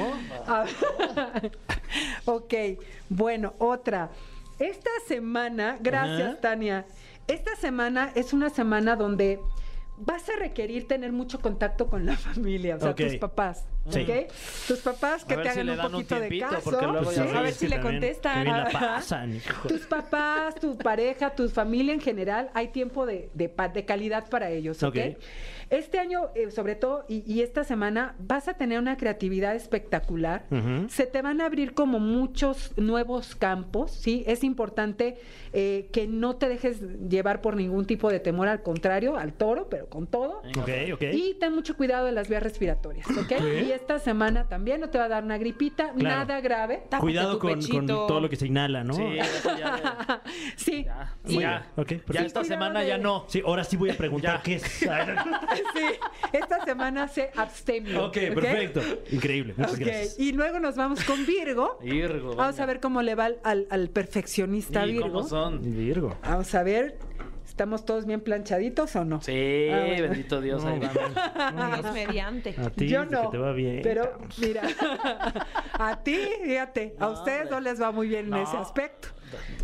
Speaker 7: A- ok, bueno, otra. Esta semana, gracias Tania, esta semana es una semana donde vas a requerir tener mucho contacto con la *laughs* familia, o sea,
Speaker 3: Ok.
Speaker 7: tus papás.
Speaker 3: Sí.
Speaker 7: ¿ok? Tus papás que
Speaker 4: ver
Speaker 7: te
Speaker 4: si
Speaker 7: hagan
Speaker 4: le
Speaker 7: un
Speaker 4: dan un
Speaker 7: poquito de
Speaker 4: tiempito,
Speaker 7: caso.
Speaker 4: porque luego
Speaker 7: ¿sí?
Speaker 4: ya
Speaker 7: A ver
Speaker 3: Pues es que
Speaker 7: si le
Speaker 3: también,
Speaker 7: contestan.
Speaker 3: qué bien la
Speaker 7: Ajá.
Speaker 3: pasan, hijo.
Speaker 7: Tus papás, tu pareja, tu familia en general, hay tiempo de, de, pa- de calidad para ellos, ¿ok?
Speaker 3: Ok.
Speaker 7: Este año, eh, sobre todo, y, y esta semana, vas a tener una creatividad espectacular.
Speaker 3: Ujú.
Speaker 7: Se te van a abrir como muchos nuevos campos, ¿sí? Es importante eh, que no te dejes llevar por ningún tipo de temor, al contrario, al toro, pero con todo.
Speaker 3: Ok, ok.
Speaker 7: Y ten mucho cuidado de las vías respiratorias, ¿ok? Y esta semana también no te va a dar una gripita,
Speaker 3: Claro.
Speaker 7: nada grave.
Speaker 3: Cuidado
Speaker 5: tu
Speaker 3: con, con
Speaker 5: pechito.
Speaker 3: todo lo que se inhala, ¿no?
Speaker 4: Sí, eso ya,
Speaker 7: Sí.
Speaker 4: ya,
Speaker 3: Muy bien,
Speaker 4: ya,
Speaker 3: ok,
Speaker 4: Ya
Speaker 3: perfecto.
Speaker 4: esta
Speaker 7: Sí,
Speaker 4: semana
Speaker 7: cuidado
Speaker 4: ya
Speaker 7: de-
Speaker 4: no.
Speaker 3: Sí, ahora sí voy a preguntar
Speaker 4: Ya.
Speaker 3: qué
Speaker 4: *laughs*
Speaker 3: es. *laughs* ok,
Speaker 7: Sí, esta semana se abstemio.
Speaker 3: perfecto. Increíble, muchas
Speaker 7: Ok,
Speaker 3: gracias.
Speaker 7: Y luego nos vamos con Virgo.
Speaker 4: Virgo,
Speaker 7: Vamos
Speaker 4: venga.
Speaker 7: a ver cómo le va al, al- al perfeccionista
Speaker 4: ¿Y cómo
Speaker 7: Virgo.
Speaker 4: son?
Speaker 3: Virgo.
Speaker 7: Vamos a ver, ¿estamos todos bien planchaditos o no?
Speaker 4: Sí,
Speaker 7: Ah, bueno.
Speaker 4: bendito Dios, ahí
Speaker 3: No,
Speaker 4: van.
Speaker 5: Dios mediante.
Speaker 4: Ah,
Speaker 3: A ti,
Speaker 7: Yo
Speaker 3: dice
Speaker 7: no.
Speaker 3: que te va bien.
Speaker 7: Pero
Speaker 3: cabrón.
Speaker 7: mira, *laughs* a ti, fíjate, a ustedes no les va muy bien en ese aspecto.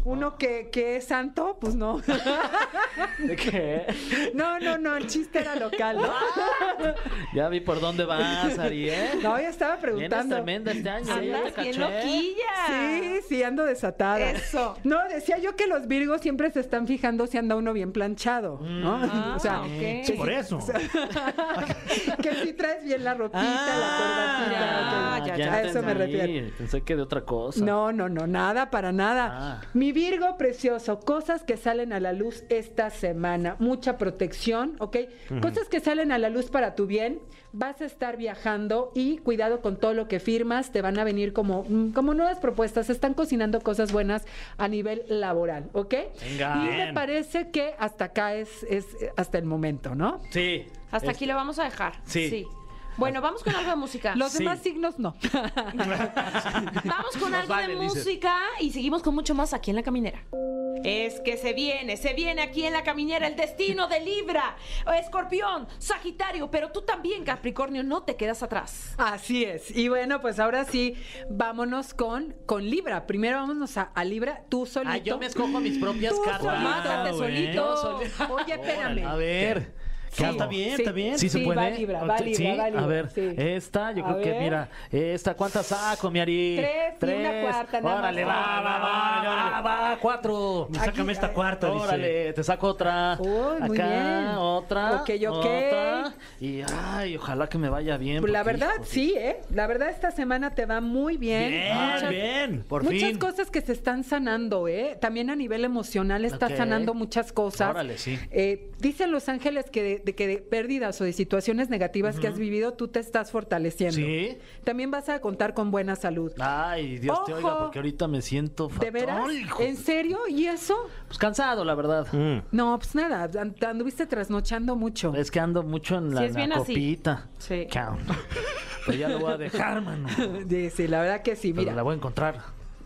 Speaker 7: Uno que, que es santo, pues no. *laughs*
Speaker 4: ¿De qué?
Speaker 7: No, no, no, el chiste era local.
Speaker 3: *laughs*
Speaker 7: ¿no?
Speaker 4: Ya vi por dónde vas, Ari, ¿eh?
Speaker 7: No, yo estaba
Speaker 4: Vienes
Speaker 7: preguntando.
Speaker 4: tremenda este año, ¿eh? ya te
Speaker 5: Andas
Speaker 4: caché.
Speaker 5: bien loquilla.
Speaker 7: Sí, sí, ando desatada.
Speaker 5: Eso.
Speaker 7: No, decía yo que los virgos siempre se están fijando si anda uno bien planchado, ¿no?
Speaker 5: Ah,
Speaker 7: *laughs* o sea,
Speaker 5: ok.
Speaker 7: que,
Speaker 3: Mm. Sí, por
Speaker 7: si-
Speaker 3: eso.
Speaker 7: *laughs* que si traes bien la ropita,
Speaker 4: Ah,
Speaker 7: la
Speaker 5: ya,
Speaker 7: corbatita. ok.
Speaker 5: ya,
Speaker 7: a eso me
Speaker 4: entendí.
Speaker 7: refiero.
Speaker 4: Pensé que de otra cosa.
Speaker 7: No, no, no, nada, para nada.
Speaker 4: Ah.
Speaker 7: Mi Virgo precioso, cosas que salen a la luz esta semana, mucha protección, ¿ok? Cosas que salen a la luz para tu bien, vas a estar viajando y cuidado con todo lo que firmas, te van a venir como, mm, como nuevas propuestas, se están cocinando cosas buenas a nivel laboral, ¿ok?
Speaker 4: Venga.
Speaker 7: y me
Speaker 3: Bien.
Speaker 7: parece que hasta acá es, es eh, hasta el momento, ¿no?
Speaker 4: Sí.
Speaker 5: Hasta
Speaker 4: Es-
Speaker 5: aquí lo vamos a dejar.
Speaker 4: Este. Sí.
Speaker 5: Bueno, vamos con algo de música.
Speaker 7: Los
Speaker 4: Sí.
Speaker 7: demás signos no.
Speaker 3: *laughs*
Speaker 5: Vamos con
Speaker 4: Nos
Speaker 5: algo
Speaker 4: vale,
Speaker 5: de
Speaker 4: dices.
Speaker 5: música y seguimos con mucho más aquí en La Caminera. Es que se viene, se viene aquí en La Caminera el destino de Libra, Escorpión, Sagitario, pero tú también, Capricornio, no te quedas atrás.
Speaker 7: Así es. Y bueno, pues ahora sí, vámonos con, con Libra. Primero vámonos a, a Libra, tú solito.
Speaker 4: Ah, yo me escojo mis propias
Speaker 7: Tú
Speaker 4: cartas. Ah,
Speaker 7: solito.
Speaker 5: Mátate
Speaker 3: bueno.
Speaker 5: solito.
Speaker 4: *laughs*
Speaker 7: Oye, espérame.
Speaker 4: A ver.
Speaker 7: Sí.
Speaker 4: ¿Qué está bien,
Speaker 7: Sí.
Speaker 4: está bien.
Speaker 7: Sí, sí va Libra, va
Speaker 4: Sí,
Speaker 7: Libra, va Libra,
Speaker 4: A ver,
Speaker 7: sí.
Speaker 4: esta, yo
Speaker 7: A
Speaker 4: creo que,
Speaker 7: ver.
Speaker 4: mira, esta, ¿cuántas saco, mi Ari?
Speaker 7: Tres y una cuarta, nada más.
Speaker 4: Órale, va, va, va, va, Ah, va, cuatro.
Speaker 3: Sácame esta cuarta, dice.
Speaker 4: Órale, te saco otra.
Speaker 7: Uy, muy
Speaker 4: Acá,
Speaker 7: bien.
Speaker 4: otra.
Speaker 7: Ok, ok.
Speaker 4: otra. Y ay, ojalá que me vaya bien.
Speaker 7: Pues la
Speaker 4: porque,
Speaker 7: verdad,
Speaker 4: hijo,
Speaker 7: sí, ¿eh? La verdad, esta semana te va muy bien.
Speaker 3: Bien, bien.
Speaker 4: Por
Speaker 7: muchas
Speaker 4: fin.
Speaker 7: cosas que se están sanando, ¿eh? También a nivel emocional estás
Speaker 4: Ok.
Speaker 7: sanando muchas cosas.
Speaker 4: Órale, sí.
Speaker 7: Eh, dicen los ángeles que de, de que de pérdidas o de situaciones negativas que has vivido, tú te estás fortaleciendo.
Speaker 4: Sí.
Speaker 7: También vas a contar con buena salud.
Speaker 4: Ay, Dios te
Speaker 7: Ojo.
Speaker 4: oiga, porque ahorita me siento fatal.
Speaker 7: ¿De veras?
Speaker 4: hijo.
Speaker 7: ¿En serio? ¿Y eso?
Speaker 4: Pues cansado, la verdad.
Speaker 3: Mm.
Speaker 7: No, pues nada, an- anduviste trasnochando mucho.
Speaker 4: Es que ando mucho en la,
Speaker 5: Sí, es
Speaker 4: la
Speaker 5: bien así.
Speaker 4: copita.
Speaker 5: Sí.
Speaker 7: *laughs*
Speaker 4: Chao. Pero ya lo voy a dejar, mano.
Speaker 7: Sí, sí, la verdad que sí,
Speaker 4: Pero
Speaker 7: mira.
Speaker 4: la voy a encontrar.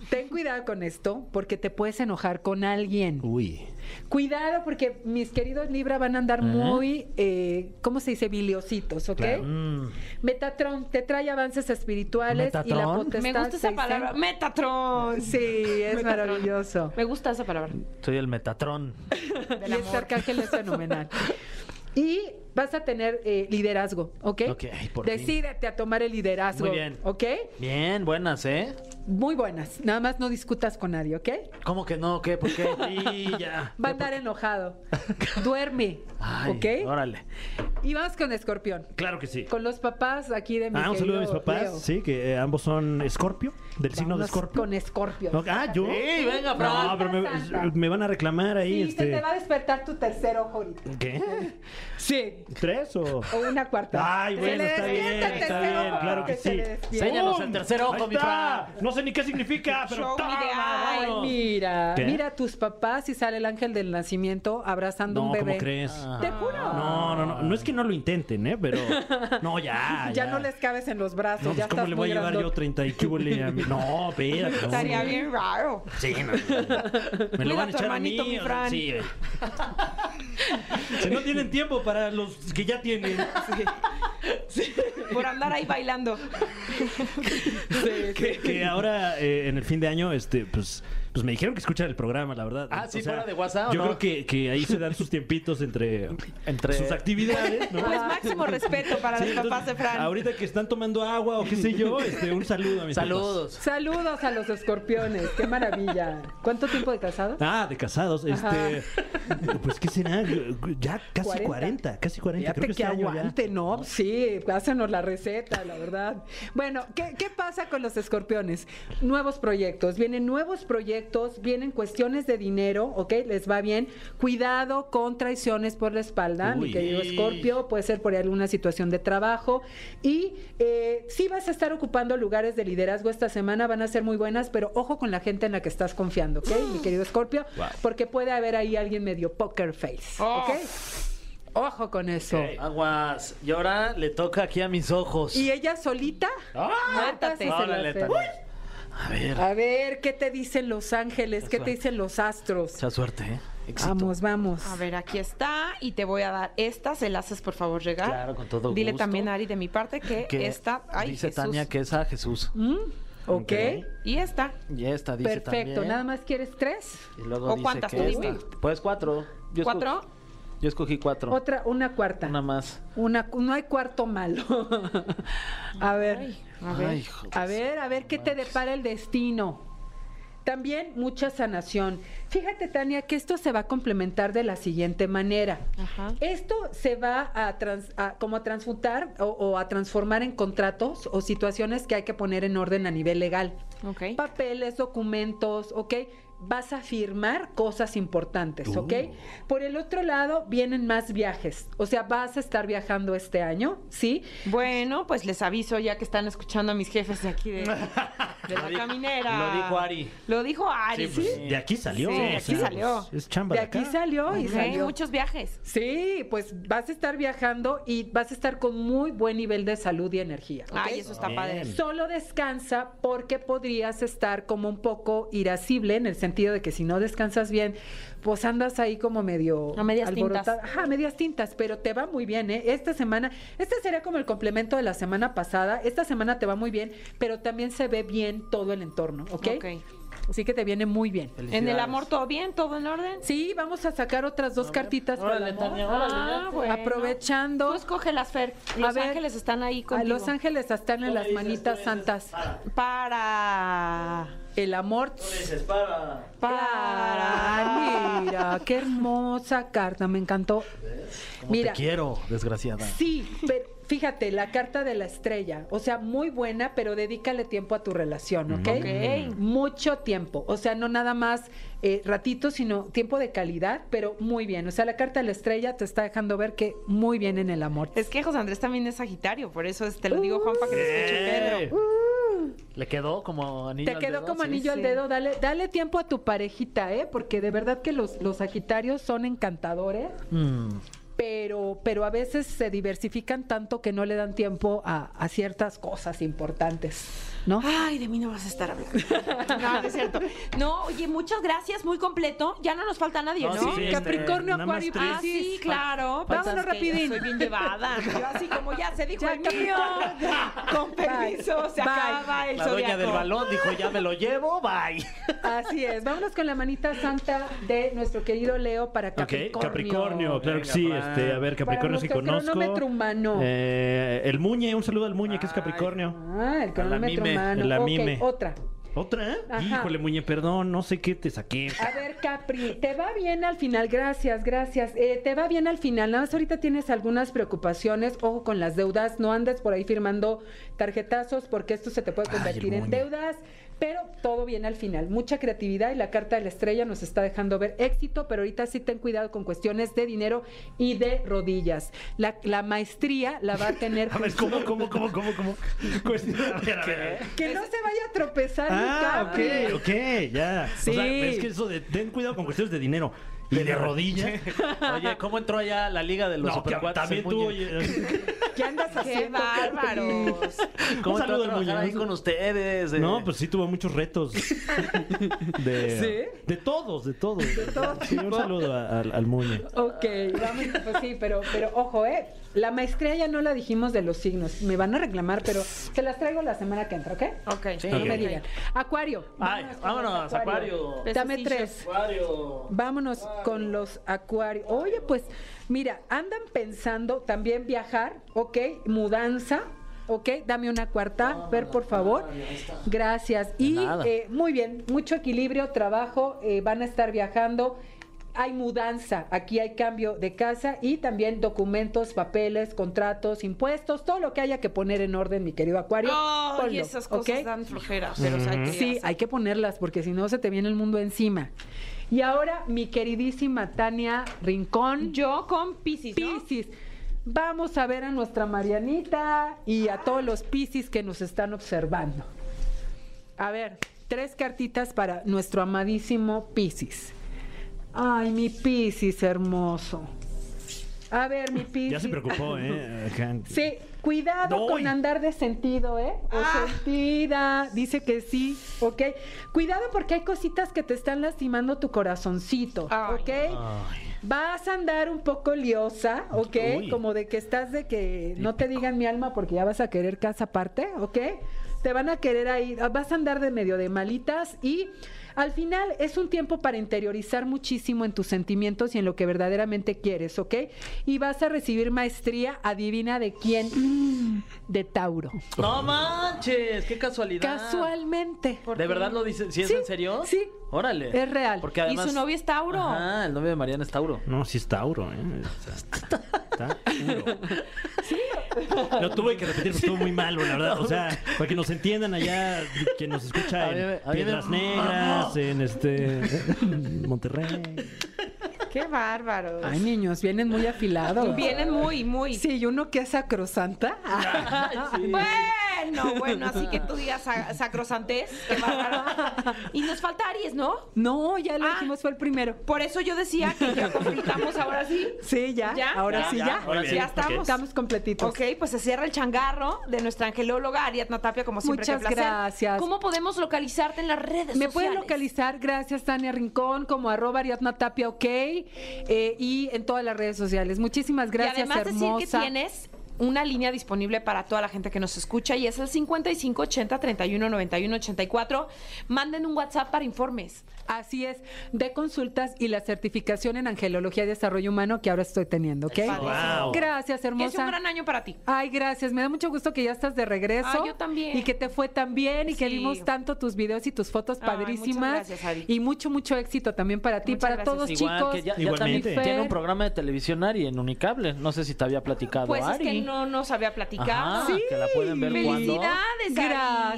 Speaker 7: Ten cuidado con esto porque te puedes enojar con alguien.
Speaker 4: Uy.
Speaker 7: Cuidado porque mis queridos Libra van a andar muy, eh, ¿cómo se dice? Biliositos, ¿ok?
Speaker 4: mm,
Speaker 7: Metatron te trae avances espirituales y la
Speaker 4: ¿Metatron?
Speaker 7: potestad.
Speaker 5: Me gusta esa
Speaker 7: Seisen-
Speaker 5: palabra, Metatron.
Speaker 7: Sí, es maravilloso.
Speaker 5: Me gusta esa palabra.
Speaker 4: Soy el Metatrón.
Speaker 7: Y este arcángel es
Speaker 5: *laughs*
Speaker 7: fenomenal. Y vas a tener eh, liderazgo, ¿ok?
Speaker 4: Ok, por fin.
Speaker 7: Decídete a tomar el liderazgo.
Speaker 4: Muy bien.
Speaker 7: ¿Ok?
Speaker 4: Bien, buenas, ¿eh?
Speaker 7: Muy buenas. Nada más no discutas con nadie, ¿ok?
Speaker 4: ¿Cómo que no? ¿Qué? ¿Por
Speaker 7: *laughs*
Speaker 4: qué? Y ya.
Speaker 7: Va a
Speaker 3: *laughs*
Speaker 7: andar enojado. Duerme.
Speaker 4: Ay,
Speaker 7: ¿Ok?
Speaker 4: Órale.
Speaker 7: Y vamos con Escorpión.
Speaker 3: Claro que sí.
Speaker 7: Con los papás aquí de mi
Speaker 3: Ah, un saludo a mis
Speaker 7: querido
Speaker 3: papás,
Speaker 7: Leo.
Speaker 3: sí, que eh, ambos son Escorpio, del signo de
Speaker 7: Vámonos
Speaker 3: Escorpio.
Speaker 7: Con Escorpio.
Speaker 3: No, ah, yo.
Speaker 4: Sí, venga, Fran.
Speaker 3: No, pero me, me van a reclamar ahí.
Speaker 7: Sí, se
Speaker 3: este...
Speaker 7: te va a despertar tu tercer ojo ahorita.
Speaker 3: ¿Qué?
Speaker 7: Sí.
Speaker 3: ¿Tres
Speaker 7: *laughs*
Speaker 3: o.?
Speaker 7: O una cuarta.
Speaker 3: Ay,
Speaker 7: Se
Speaker 3: bueno,
Speaker 7: le
Speaker 3: está bien,
Speaker 7: despierta el
Speaker 3: está
Speaker 7: tercer
Speaker 3: bien,
Speaker 7: ojo
Speaker 3: claro
Speaker 7: porque
Speaker 3: que
Speaker 7: se
Speaker 3: sí.
Speaker 7: le despierta.
Speaker 4: Séñanos el tercer
Speaker 3: Ahí
Speaker 4: ojo, mi
Speaker 3: está.
Speaker 4: Fran.
Speaker 3: No sé ni qué
Speaker 7: *laughs*
Speaker 3: significa, pero.
Speaker 5: Show me the
Speaker 3: toma,
Speaker 5: eye.
Speaker 3: vámonos.
Speaker 7: Mira,
Speaker 3: ¿Qué?
Speaker 7: mira tus papás y sale el ángel del nacimiento abrazando
Speaker 3: No,
Speaker 7: un bebé.
Speaker 3: ¿cómo crees?
Speaker 7: Te juro.
Speaker 3: No, no, no. No es que no lo intenten, ¿eh? Pero. No, ya.
Speaker 7: *laughs* Ya no les cabes en los brazos.
Speaker 3: No, pues,
Speaker 7: ya
Speaker 3: ¿Cómo
Speaker 7: estás
Speaker 3: le voy a
Speaker 7: muy
Speaker 3: llevar yo
Speaker 7: grandote.
Speaker 3: 30 y qué huele a mí? No, espérate. no.
Speaker 7: *laughs*
Speaker 5: Estaría bien raro.
Speaker 3: Sí, no. Me
Speaker 5: Cuida
Speaker 3: lo
Speaker 5: a
Speaker 3: van a
Speaker 5: tu
Speaker 3: echar a
Speaker 5: hermanito, mi
Speaker 3: mí. o sea,
Speaker 5: Fran.
Speaker 3: sí, eh. si no tienen tiempo para los que ya tienen.
Speaker 5: por andar ahí bailando.
Speaker 3: que, que ahora eh, en el fin de año, este, pues, pues me dijeron que escuchan el programa, la verdad.
Speaker 4: Ah, sí, fuera de WhatsApp, ¿o
Speaker 3: Yo
Speaker 4: no?
Speaker 3: creo que, que ahí se dan sus tiempitos entre,
Speaker 4: Entre-
Speaker 3: sus actividades, ¿no?
Speaker 5: Pues máximo respeto para
Speaker 3: Sí,
Speaker 5: los
Speaker 3: entonces,
Speaker 5: papás de Fran.
Speaker 3: Ahorita que están tomando agua o qué sé yo, este, un saludo a mis
Speaker 4: Saludos.
Speaker 7: Saludos a los escorpiones, qué maravilla. ¿Cuánto tiempo de casados?
Speaker 3: papás. Ah, de casados,
Speaker 7: Ajá.
Speaker 3: este, pues qué será, ya casi 40,
Speaker 7: 40.
Speaker 3: casi 40,
Speaker 7: Fíjate
Speaker 3: creo que,
Speaker 7: que,
Speaker 3: este año ya.
Speaker 7: aguante, ¿no? Sí, pásanos la receta, la verdad. Bueno, ¿qué, qué pasa con los escorpiones? Nuevos proyectos, vienen nuevos proyectos, vienen cuestiones de dinero, ¿ok? Les va bien. Cuidado con traiciones por la espalda,
Speaker 3: Uy.
Speaker 7: mi querido escorpio, puede ser por alguna situación de trabajo. Y eh, sí vas a estar ocupando lugares de liderazgo esta semana, van a ser muy buenas, pero ojo con la gente en la que estás confiando, ¿ok? Mi querido escorpio, porque puede haber ahí alguien medio poker face, ¿ok?
Speaker 3: Oh.
Speaker 7: Ojo con eso.
Speaker 4: Aguas. Y ahora le toca aquí a mis ojos.
Speaker 7: Y ella solita.
Speaker 4: Ah,
Speaker 5: Mátate.
Speaker 7: sí se la
Speaker 4: Órale,
Speaker 7: hace.
Speaker 4: Tania. A ver,
Speaker 7: A ver, ¿qué te dicen los ángeles? ¿Qué te dicen los astros?
Speaker 4: mucha suerte, ¿eh? Éxito.
Speaker 7: Vamos, vamos.
Speaker 5: A ver, aquí está y te voy a dar esta, se la haces por favor llegar.
Speaker 4: Claro, con todo
Speaker 5: Dile
Speaker 4: gusto.
Speaker 5: también Ari de mi parte que,
Speaker 4: Que
Speaker 5: esta, ay,
Speaker 4: dice
Speaker 5: Jesús.
Speaker 4: Tania que es a Jesús.
Speaker 7: Mm, ¿Ok?
Speaker 5: y esta.
Speaker 4: Y esta dice
Speaker 7: Perfecto.
Speaker 4: también.
Speaker 7: ¿Nada más quieres tres?
Speaker 4: Y luego
Speaker 5: ¿O
Speaker 4: dice
Speaker 5: cuántas
Speaker 4: que
Speaker 5: tú
Speaker 4: esta.
Speaker 5: dime?
Speaker 4: Pues cuatro. Yo esco-
Speaker 5: ¿Cuatro?
Speaker 4: Yo escogí cuatro.
Speaker 7: Otra, una cuarta.
Speaker 4: Una más.
Speaker 7: Una, no hay cuarto malo. *laughs* a ver.
Speaker 5: A ver.
Speaker 4: Ay, hijo de
Speaker 7: A ver, a ver qué te depara el destino. También mucha sanación. Fíjate, Tania, que esto se va a complementar de la siguiente manera.
Speaker 5: Ajá.
Speaker 7: Esto se va a, trans- a- como a transfutar o, o a transformar en contratos o situaciones que hay que poner en orden a nivel legal.
Speaker 5: Ok.
Speaker 7: Papeles, documentos, ¿ok? Vas a firmar cosas importantes, ¿ok? Por el otro lado, vienen más viajes. O sea, vas a estar viajando este año, ¿sí?
Speaker 5: Bueno, pues les aviso ya que están escuchando a mis jefes de aquí de, de
Speaker 4: Lo
Speaker 5: la
Speaker 4: di-
Speaker 5: caminera.
Speaker 4: lo dijo Ari.
Speaker 5: Lo dijo Ari.
Speaker 4: Sí, pues,
Speaker 5: Sí.
Speaker 3: De aquí salió.
Speaker 5: Sí, de aquí salió.
Speaker 3: pues, es chamba
Speaker 7: De
Speaker 3: de,
Speaker 7: aquí
Speaker 3: acá.
Speaker 7: salió y
Speaker 5: Ok,
Speaker 7: salió.
Speaker 5: muchos viajes.
Speaker 7: Sí, pues vas a estar viajando y vas a estar con muy buen nivel de salud y energía. ¿ok?
Speaker 5: Ay, eso está
Speaker 3: Bien.
Speaker 5: padre.
Speaker 7: Solo descansa porque podrías estar como un poco irascible en el sentido de que si no descansas bien, pues andas ahí como medio
Speaker 5: A medias
Speaker 7: alborotada.
Speaker 5: tintas.
Speaker 7: Ajá, a medias tintas, pero te va muy bien, ¿eh? Esta semana, este sería como el complemento de la semana pasada. Esta semana te va muy bien, pero también se ve bien todo el entorno, ¿ok?
Speaker 5: Ok.
Speaker 7: Así que te viene muy bien.
Speaker 5: En el amor todo bien, todo en orden.
Speaker 7: Sí, vamos a sacar otras dos cartitas para
Speaker 4: Órale,
Speaker 7: el amor.
Speaker 4: Tania, órale.
Speaker 5: Ah, bueno.
Speaker 7: Aprovechando.
Speaker 5: Tú escoge las Fer.
Speaker 7: A
Speaker 5: Los
Speaker 7: ver,
Speaker 5: ángeles están ahí
Speaker 7: A
Speaker 5: contigo.
Speaker 7: Los Ángeles están en las
Speaker 4: dices,
Speaker 7: manitas
Speaker 4: tú
Speaker 7: santas.
Speaker 5: Para.
Speaker 7: El amor.
Speaker 4: Dices, para.
Speaker 5: Para.
Speaker 7: Para. Ah, Mira, qué hermosa carta, me encantó.
Speaker 4: Como
Speaker 7: Mira,
Speaker 4: Te quiero, desgraciada.
Speaker 7: sí, pero fíjate, la carta de la estrella, o sea, muy buena, pero dedícale tiempo a tu relación, ¿ok?
Speaker 5: Ok.
Speaker 7: Mucho tiempo, o sea, no nada más eh, ratito, sino tiempo de calidad, pero muy bien. O sea, la carta de la estrella te está dejando ver que muy bien en el amor.
Speaker 5: Es que José Andrés también es Sagitario, por eso es- te lo digo, Juan, para que te escuche Pedro.
Speaker 4: Le quedó como anillo
Speaker 7: Te
Speaker 4: al
Speaker 7: quedó
Speaker 4: dedo,
Speaker 7: como
Speaker 4: sí.
Speaker 7: anillo al
Speaker 5: sí.
Speaker 7: dedo, dale, dale tiempo a tu parejita, ¿eh? Porque de verdad que los, los sagitarios son encantadores,
Speaker 4: Mm.
Speaker 7: pero, pero a veces se diversifican tanto que no le dan tiempo a, a ciertas cosas importantes,
Speaker 5: *laughs*
Speaker 7: ¿no?
Speaker 5: Ay, de mí no vas a estar hablando. *laughs* No, no es cierto. No, oye, muchas gracias, muy completo. Ya no nos falta nadie,
Speaker 4: No,
Speaker 5: ¿no?
Speaker 4: sí, este, sí,
Speaker 7: Capricornio,
Speaker 3: nada más
Speaker 7: Acuario y
Speaker 3: tres.
Speaker 5: Ah, sí,
Speaker 7: Piscis.
Speaker 5: claro.
Speaker 7: Vámonos
Speaker 5: Pues, es que
Speaker 7: rapidín.
Speaker 5: yo Soy bien llevada. *laughs* Yo así como ya se dijo
Speaker 7: Ya,
Speaker 5: el mío. Con permiso, se
Speaker 7: Bye.
Speaker 5: acaba el
Speaker 4: La dueña
Speaker 5: zodiaco.
Speaker 4: del balón dijo, ya me lo llevo, bye.
Speaker 7: Así es, vámonos con la manita santa de nuestro querido Leo para
Speaker 3: Ok,
Speaker 7: Capricornio.
Speaker 3: Capricornio, claro que
Speaker 4: Venga,
Speaker 3: sí.
Speaker 4: Fran.
Speaker 3: Este, a ver, Capricornio
Speaker 7: Para
Speaker 3: sí
Speaker 7: nuestro
Speaker 3: conozco.
Speaker 7: cronómetro humano.
Speaker 3: Eh, el Muñe, un saludo al Muñe, que es
Speaker 4: Ay.
Speaker 3: Capricornio.
Speaker 7: Ah, el cronómetro
Speaker 4: mime,
Speaker 7: humano.
Speaker 3: la
Speaker 7: Ok,
Speaker 3: mime.
Speaker 7: otra.
Speaker 3: ¿Otra?
Speaker 7: Ajá.
Speaker 3: Híjole, Muñe, perdón, no sé qué te saqué.
Speaker 7: A ver, Capri, te va bien al final, gracias, gracias. Eh, te va bien al final, nada más ahorita tienes algunas preocupaciones, ojo con las deudas, no andes por ahí firmando tarjetazos porque esto se te puede
Speaker 3: Ay,
Speaker 7: convertir
Speaker 3: el
Speaker 7: en
Speaker 3: moño.
Speaker 7: deudas, pero todo bien al final. Mucha creatividad y la carta de la estrella nos está dejando ver éxito, pero ahorita sí ten cuidado con cuestiones de dinero y de rodillas. La, la maestría la va a tener...
Speaker 3: A ver, ¿cómo, cómo, cómo, cómo,
Speaker 7: *laughs*
Speaker 3: cómo? Cuestión- A ver, a ver, a ver.
Speaker 7: Que no se vaya a tropezar, mi
Speaker 3: Ah,
Speaker 7: Capri.
Speaker 3: ok, ok, ya. O sea,
Speaker 7: Sí.
Speaker 3: es que eso de ten cuidado con cuestiones de dinero y de rodillas.
Speaker 4: *laughs* Oye, ¿cómo entró allá la liga de los
Speaker 3: No, que
Speaker 4: supercuates?
Speaker 3: también
Speaker 4: el
Speaker 3: tú,
Speaker 4: Muñe?
Speaker 3: oye.
Speaker 7: *laughs* ¿Qué andas
Speaker 5: Qué
Speaker 7: haciendo, Capri?
Speaker 5: bárbaros.
Speaker 4: ¿Cómo
Speaker 3: Un saludo
Speaker 4: entró a
Speaker 3: al
Speaker 4: trabajar
Speaker 3: Muñe.
Speaker 4: ahí con ustedes? eh?
Speaker 3: No, pues sí tuvo muchos
Speaker 4: *laughs*
Speaker 3: retos. De,
Speaker 7: ¿Sí?
Speaker 3: de todos, de todos.
Speaker 7: todo
Speaker 3: Sí, un
Speaker 7: tipo.
Speaker 3: saludo a- al, al Muñe.
Speaker 7: Ok, vamos, pues sí, pero, pero ojo, ¿eh? La maestría ya no la dijimos de los signos. Me van a reclamar, pero se las traigo la semana que entra, ¿ok?
Speaker 5: *laughs* Ok.
Speaker 7: No me
Speaker 4: Ok.
Speaker 7: digan. Acuario.
Speaker 4: Ay,
Speaker 7: con
Speaker 4: vámonos,
Speaker 7: los
Speaker 4: Acuario.
Speaker 7: Dame
Speaker 5: Pececillos.
Speaker 7: tres.
Speaker 4: Acuario.
Speaker 7: Vámonos con los acuarios. Oye, pues, mira, andan pensando también viajar, ¿ok? Mudanza, ¿ok? Dame una cuarta, ver por favor. Gracias. Y
Speaker 4: nada.
Speaker 7: eh, muy bien, mucho equilibrio, trabajo, eh, van a estar viajando. Hay mudanza, aquí hay cambio de casa y también documentos, papeles, contratos, impuestos, todo lo que haya que poner en orden, mi querido Acuario.
Speaker 5: Ay,
Speaker 7: ponlo,
Speaker 5: esas cosas
Speaker 7: ¿ok?
Speaker 5: dan flojeras. Pero, o sea, hay que
Speaker 7: Sí,
Speaker 5: hacer.
Speaker 7: hay que ponerlas porque si no se te viene el mundo encima. Y ahora, mi queridísima Tania Rincón,
Speaker 5: Yo con Pisces. ¿no?
Speaker 7: Piscis. Vamos a ver a nuestra Marianita y a todos los Piscis que nos están observando. A ver, tres cartitas para nuestro amadísimo Piscis. Ay, mi Piscis hermoso. A ver, mi Piscis.
Speaker 3: Ya se preocupó,
Speaker 7: *laughs*
Speaker 3: ¿eh? Acá.
Speaker 7: Sí, cuidado
Speaker 3: No, y-
Speaker 7: con andar de sentido, ¿eh? O sentida, dice que sí, ¿ok? Cuidado porque hay cositas que te están lastimando tu corazoncito,
Speaker 5: Ay.
Speaker 7: ¿ok?
Speaker 3: Ah.
Speaker 7: Vas a andar un poco liosa, ¿ok?
Speaker 3: Uy.
Speaker 7: Como de que estás de que no te digan mi alma porque ya vas a querer casa aparte, ¿ok? Te van a querer ahí, ah, vas a andar de medio de malitas y al final es un tiempo para interiorizar muchísimo en tus sentimientos y en lo que verdaderamente quieres, ¿ok? Y vas a recibir maestría, adivina de quién, de Tauro.
Speaker 3: *laughs*
Speaker 4: No manches, qué casualidad.
Speaker 7: Casualmente.
Speaker 4: ¿De verdad lo dices? ¿Sí es
Speaker 7: Sí,
Speaker 4: en serio?
Speaker 7: sí.
Speaker 4: Órale.
Speaker 7: Es real.
Speaker 4: Porque
Speaker 5: ¿Y
Speaker 4: además...
Speaker 5: su novia es Tauro?
Speaker 4: Ah, el novio de Mariana es Tauro.
Speaker 3: No, sí es Tauro, ¿eh? Está, está puro. Lo tuve que repetir, porque estuvo muy malo, la verdad. O sea, para que nos entiendan allá, que nos
Speaker 4: A
Speaker 3: escucha
Speaker 4: mí me-
Speaker 3: en
Speaker 4: a mí me- Ah.
Speaker 3: Piedras Negras, en este Monterrey.
Speaker 5: Qué bárbaros.
Speaker 7: Ay, niños, vienen muy afilados.
Speaker 5: Vienen muy, muy.
Speaker 7: Sí, y uno que es sacrosanta. Ah,
Speaker 5: Bueno, bueno, así que tú digas sa- sacrosantés. Qué bárbaro. Y nos falta Aries, ¿no?
Speaker 7: No, ya lo
Speaker 5: Ah.
Speaker 7: dijimos, fue el primero.
Speaker 5: Por eso yo decía que ya completamos ahora sí.
Speaker 7: Sí, ya.
Speaker 5: ¿Ya?
Speaker 7: Ahora
Speaker 5: Ya,
Speaker 7: sí,
Speaker 5: ya,
Speaker 7: ya.
Speaker 5: ahora sí. Ya estamos.
Speaker 7: Estamos completitos.
Speaker 5: Ok, pues se cierra el changarro de nuestra angelóloga Ariadna Tapia, como siempre.
Speaker 7: Muchas
Speaker 5: qué placer.
Speaker 7: gracias.
Speaker 5: ¿Cómo podemos localizarte en las redes
Speaker 7: Me
Speaker 5: sociales?
Speaker 7: pueden localizar, gracias Tania Rincón, como arroba Ariadna Tapia, ok, eh, y en todas las redes sociales. Muchísimas gracias,
Speaker 5: y además
Speaker 7: hermosa.
Speaker 5: decir que tienes una línea disponible para toda la gente que nos escucha y es el 5580 31 91 84. Manden un WhatsApp para informes.
Speaker 7: Así es, de consultas y la certificación en Angelología y Desarrollo Humano que ahora estoy teniendo, ¿ok?
Speaker 5: Padrísimo.
Speaker 3: Wow.
Speaker 7: Gracias,
Speaker 5: Que es un
Speaker 7: hermosa.
Speaker 5: gran año para ti.
Speaker 7: Ay, gracias. Me da mucho gusto que ya estás de regreso.
Speaker 5: Ay, Ah, yo también.
Speaker 7: Y que te fue tan bien y que
Speaker 5: Sí.
Speaker 7: vimos tanto tus videos y tus fotos
Speaker 5: Ay,
Speaker 7: padrísimas.
Speaker 5: muchas gracias, Ari.
Speaker 7: y mucho, mucho éxito también para ti,
Speaker 5: Muchas
Speaker 7: para
Speaker 5: gracias.
Speaker 7: todos,
Speaker 4: Igual
Speaker 7: chicos.
Speaker 4: que ya, ya también
Speaker 3: Igualmente.
Speaker 7: Mi Fer.
Speaker 4: tiene un programa de televisión Ari en Unicable. No sé si te había platicado
Speaker 5: Pues
Speaker 4: Ari.
Speaker 5: es que no nos había platicado.
Speaker 4: Ajá, que la pueden ver cuando.
Speaker 5: Felicidades, Ari.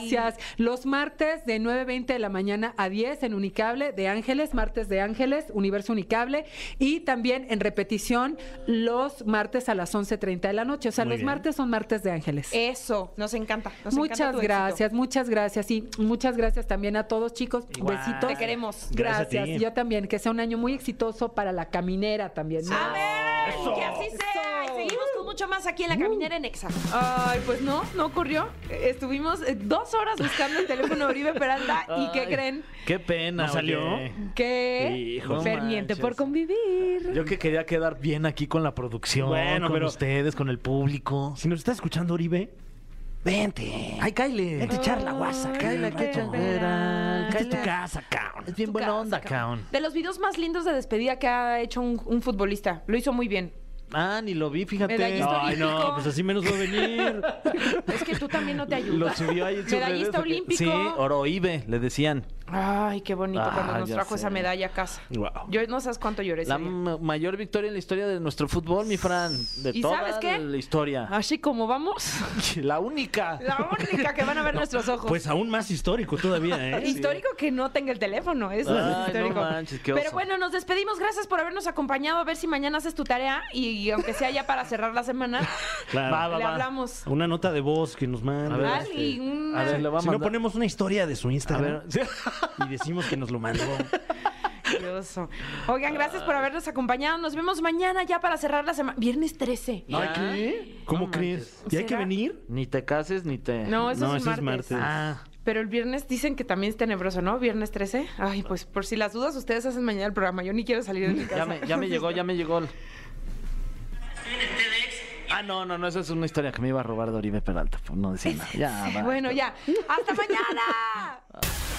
Speaker 7: Gracias. Los martes de 9.20 de la mañana a 10 en Unicable de Ángeles, martes de Ángeles, Universo Unicable. Y también en repetición los martes a las 11.30 de la noche. O sea,
Speaker 3: Muy
Speaker 7: los
Speaker 3: bien.
Speaker 7: martes son martes de Ángeles.
Speaker 5: Eso, nos encanta. Eh, nos encanta
Speaker 7: muchas
Speaker 5: tu éxito.
Speaker 7: gracias, muchas gracias. Y muchas gracias también a todos, chicos. Besitos.
Speaker 5: Te queremos.
Speaker 3: Gracias a
Speaker 7: Gracias.
Speaker 3: ti.
Speaker 7: Y Yo también. Que sea un año muy exitoso para la caminera también. ¿no?
Speaker 5: Amén. Que así sea. Y seguimos con mucho más aquí en La Caminera en Exa. Uh. Ay, pues no, no ocurrió. Eh, Estuvimos eh, dos horas buscando el teléfono de Oribe Peralta y ¿qué
Speaker 4: Ay,
Speaker 5: creen?
Speaker 4: Qué pena.
Speaker 3: ¿No salió?
Speaker 4: oye.
Speaker 7: Que
Speaker 4: Hijo, no
Speaker 7: ferviente
Speaker 4: manches.
Speaker 7: por convivir.
Speaker 4: Yo que quería quedar bien aquí con la producción,
Speaker 3: Bueno,
Speaker 4: con
Speaker 3: pero-
Speaker 4: ustedes, con el público.
Speaker 3: Si nos está escuchando Oribe, vente.
Speaker 4: Ay, Kyle.
Speaker 3: Vente a echar la guasa.
Speaker 4: Kyle, qué chonguera.
Speaker 3: Esta es tu
Speaker 4: Kyle,
Speaker 3: casa, cabrón.
Speaker 4: Es bien buena onda, caón.
Speaker 5: De los videos más lindos de despedida que ha hecho un, un futbolista. Lo hizo muy bien.
Speaker 4: Ah, ni lo vi, fíjate.
Speaker 5: Medallista
Speaker 3: Ay, no,
Speaker 5: olímpico.
Speaker 3: pues así menos va a venir. *laughs*
Speaker 5: Es que tú también no te
Speaker 4: Lo
Speaker 5: ayudas.
Speaker 4: subió ahí en sus
Speaker 5: Medallista
Speaker 4: redes, ¿o qué?
Speaker 5: olímpico.
Speaker 4: Sí, Oroibe, le decían.
Speaker 5: Ay, qué bonito cuando
Speaker 4: Ah,
Speaker 5: nos
Speaker 4: ya
Speaker 5: trajo
Speaker 4: sé.
Speaker 5: esa medalla a casa.
Speaker 3: Wow.
Speaker 5: Yo no sabes cuánto lloré. ese
Speaker 4: La
Speaker 5: día.
Speaker 4: ma- mayor victoria en la historia de nuestro fútbol, mi Fran. De
Speaker 5: ¿Y
Speaker 4: toda
Speaker 5: sabes qué?
Speaker 4: la historia.
Speaker 5: Así como vamos,
Speaker 4: *laughs*
Speaker 5: *laughs*
Speaker 4: La única.
Speaker 5: la única que van a ver nuestros ojos.
Speaker 3: Pues aún más histórico todavía, *laughs* ¿eh?
Speaker 5: Histórico que no tenga el teléfono, eso
Speaker 4: Ay, no
Speaker 5: es histórico.
Speaker 4: manches, qué
Speaker 5: Pero
Speaker 4: oso.
Speaker 5: bueno, nos despedimos. Gracias por habernos acompañado. A ver si mañana haces tu tarea y, y aunque sea ya para cerrar la semana,
Speaker 4: *laughs*
Speaker 3: Claro.
Speaker 4: Va, va,
Speaker 5: le
Speaker 4: va.
Speaker 5: hablamos.
Speaker 3: Una nota de voz que nos manda.
Speaker 4: A ver,
Speaker 5: Al y
Speaker 4: este,
Speaker 5: una-
Speaker 4: a ver, le voy a
Speaker 3: Si no
Speaker 4: mandar-
Speaker 3: ponemos una historia de su
Speaker 4: A
Speaker 3: Instagram
Speaker 4: ver, sí.
Speaker 3: *laughs* y decimos que nos lo
Speaker 4: *laughs*
Speaker 3: mandó.
Speaker 5: Qué oso. Oigan, gracias por habernos acompañado. Nos vemos mañana ya para cerrar la semana. Viernes 13.
Speaker 4: Ay,
Speaker 3: ¿qué? ¿Cómo
Speaker 4: No
Speaker 3: crees?
Speaker 5: manches.
Speaker 3: ¿Y hay que
Speaker 5: ¿Será?
Speaker 3: venir?
Speaker 4: Ni te cases ni te.
Speaker 5: No, eso
Speaker 3: No,
Speaker 5: es
Speaker 3: eso es
Speaker 5: martes.
Speaker 3: martes.
Speaker 4: Ah,
Speaker 5: Pero el viernes dicen que también es tenebroso, ¿no? Viernes 13. Ay, pues por si las dudas, ustedes hacen mañana el programa. Yo ni quiero salir de mi casa.
Speaker 4: ya me, ya me llegó, ya me llegó. el- Ah, no, no, no, esa es una historia que me iba a robar de Oribe Peralta, por no
Speaker 5: *laughs*
Speaker 4: decir nada. Ya, va.
Speaker 5: Bueno, ya. ¡Hasta mañana!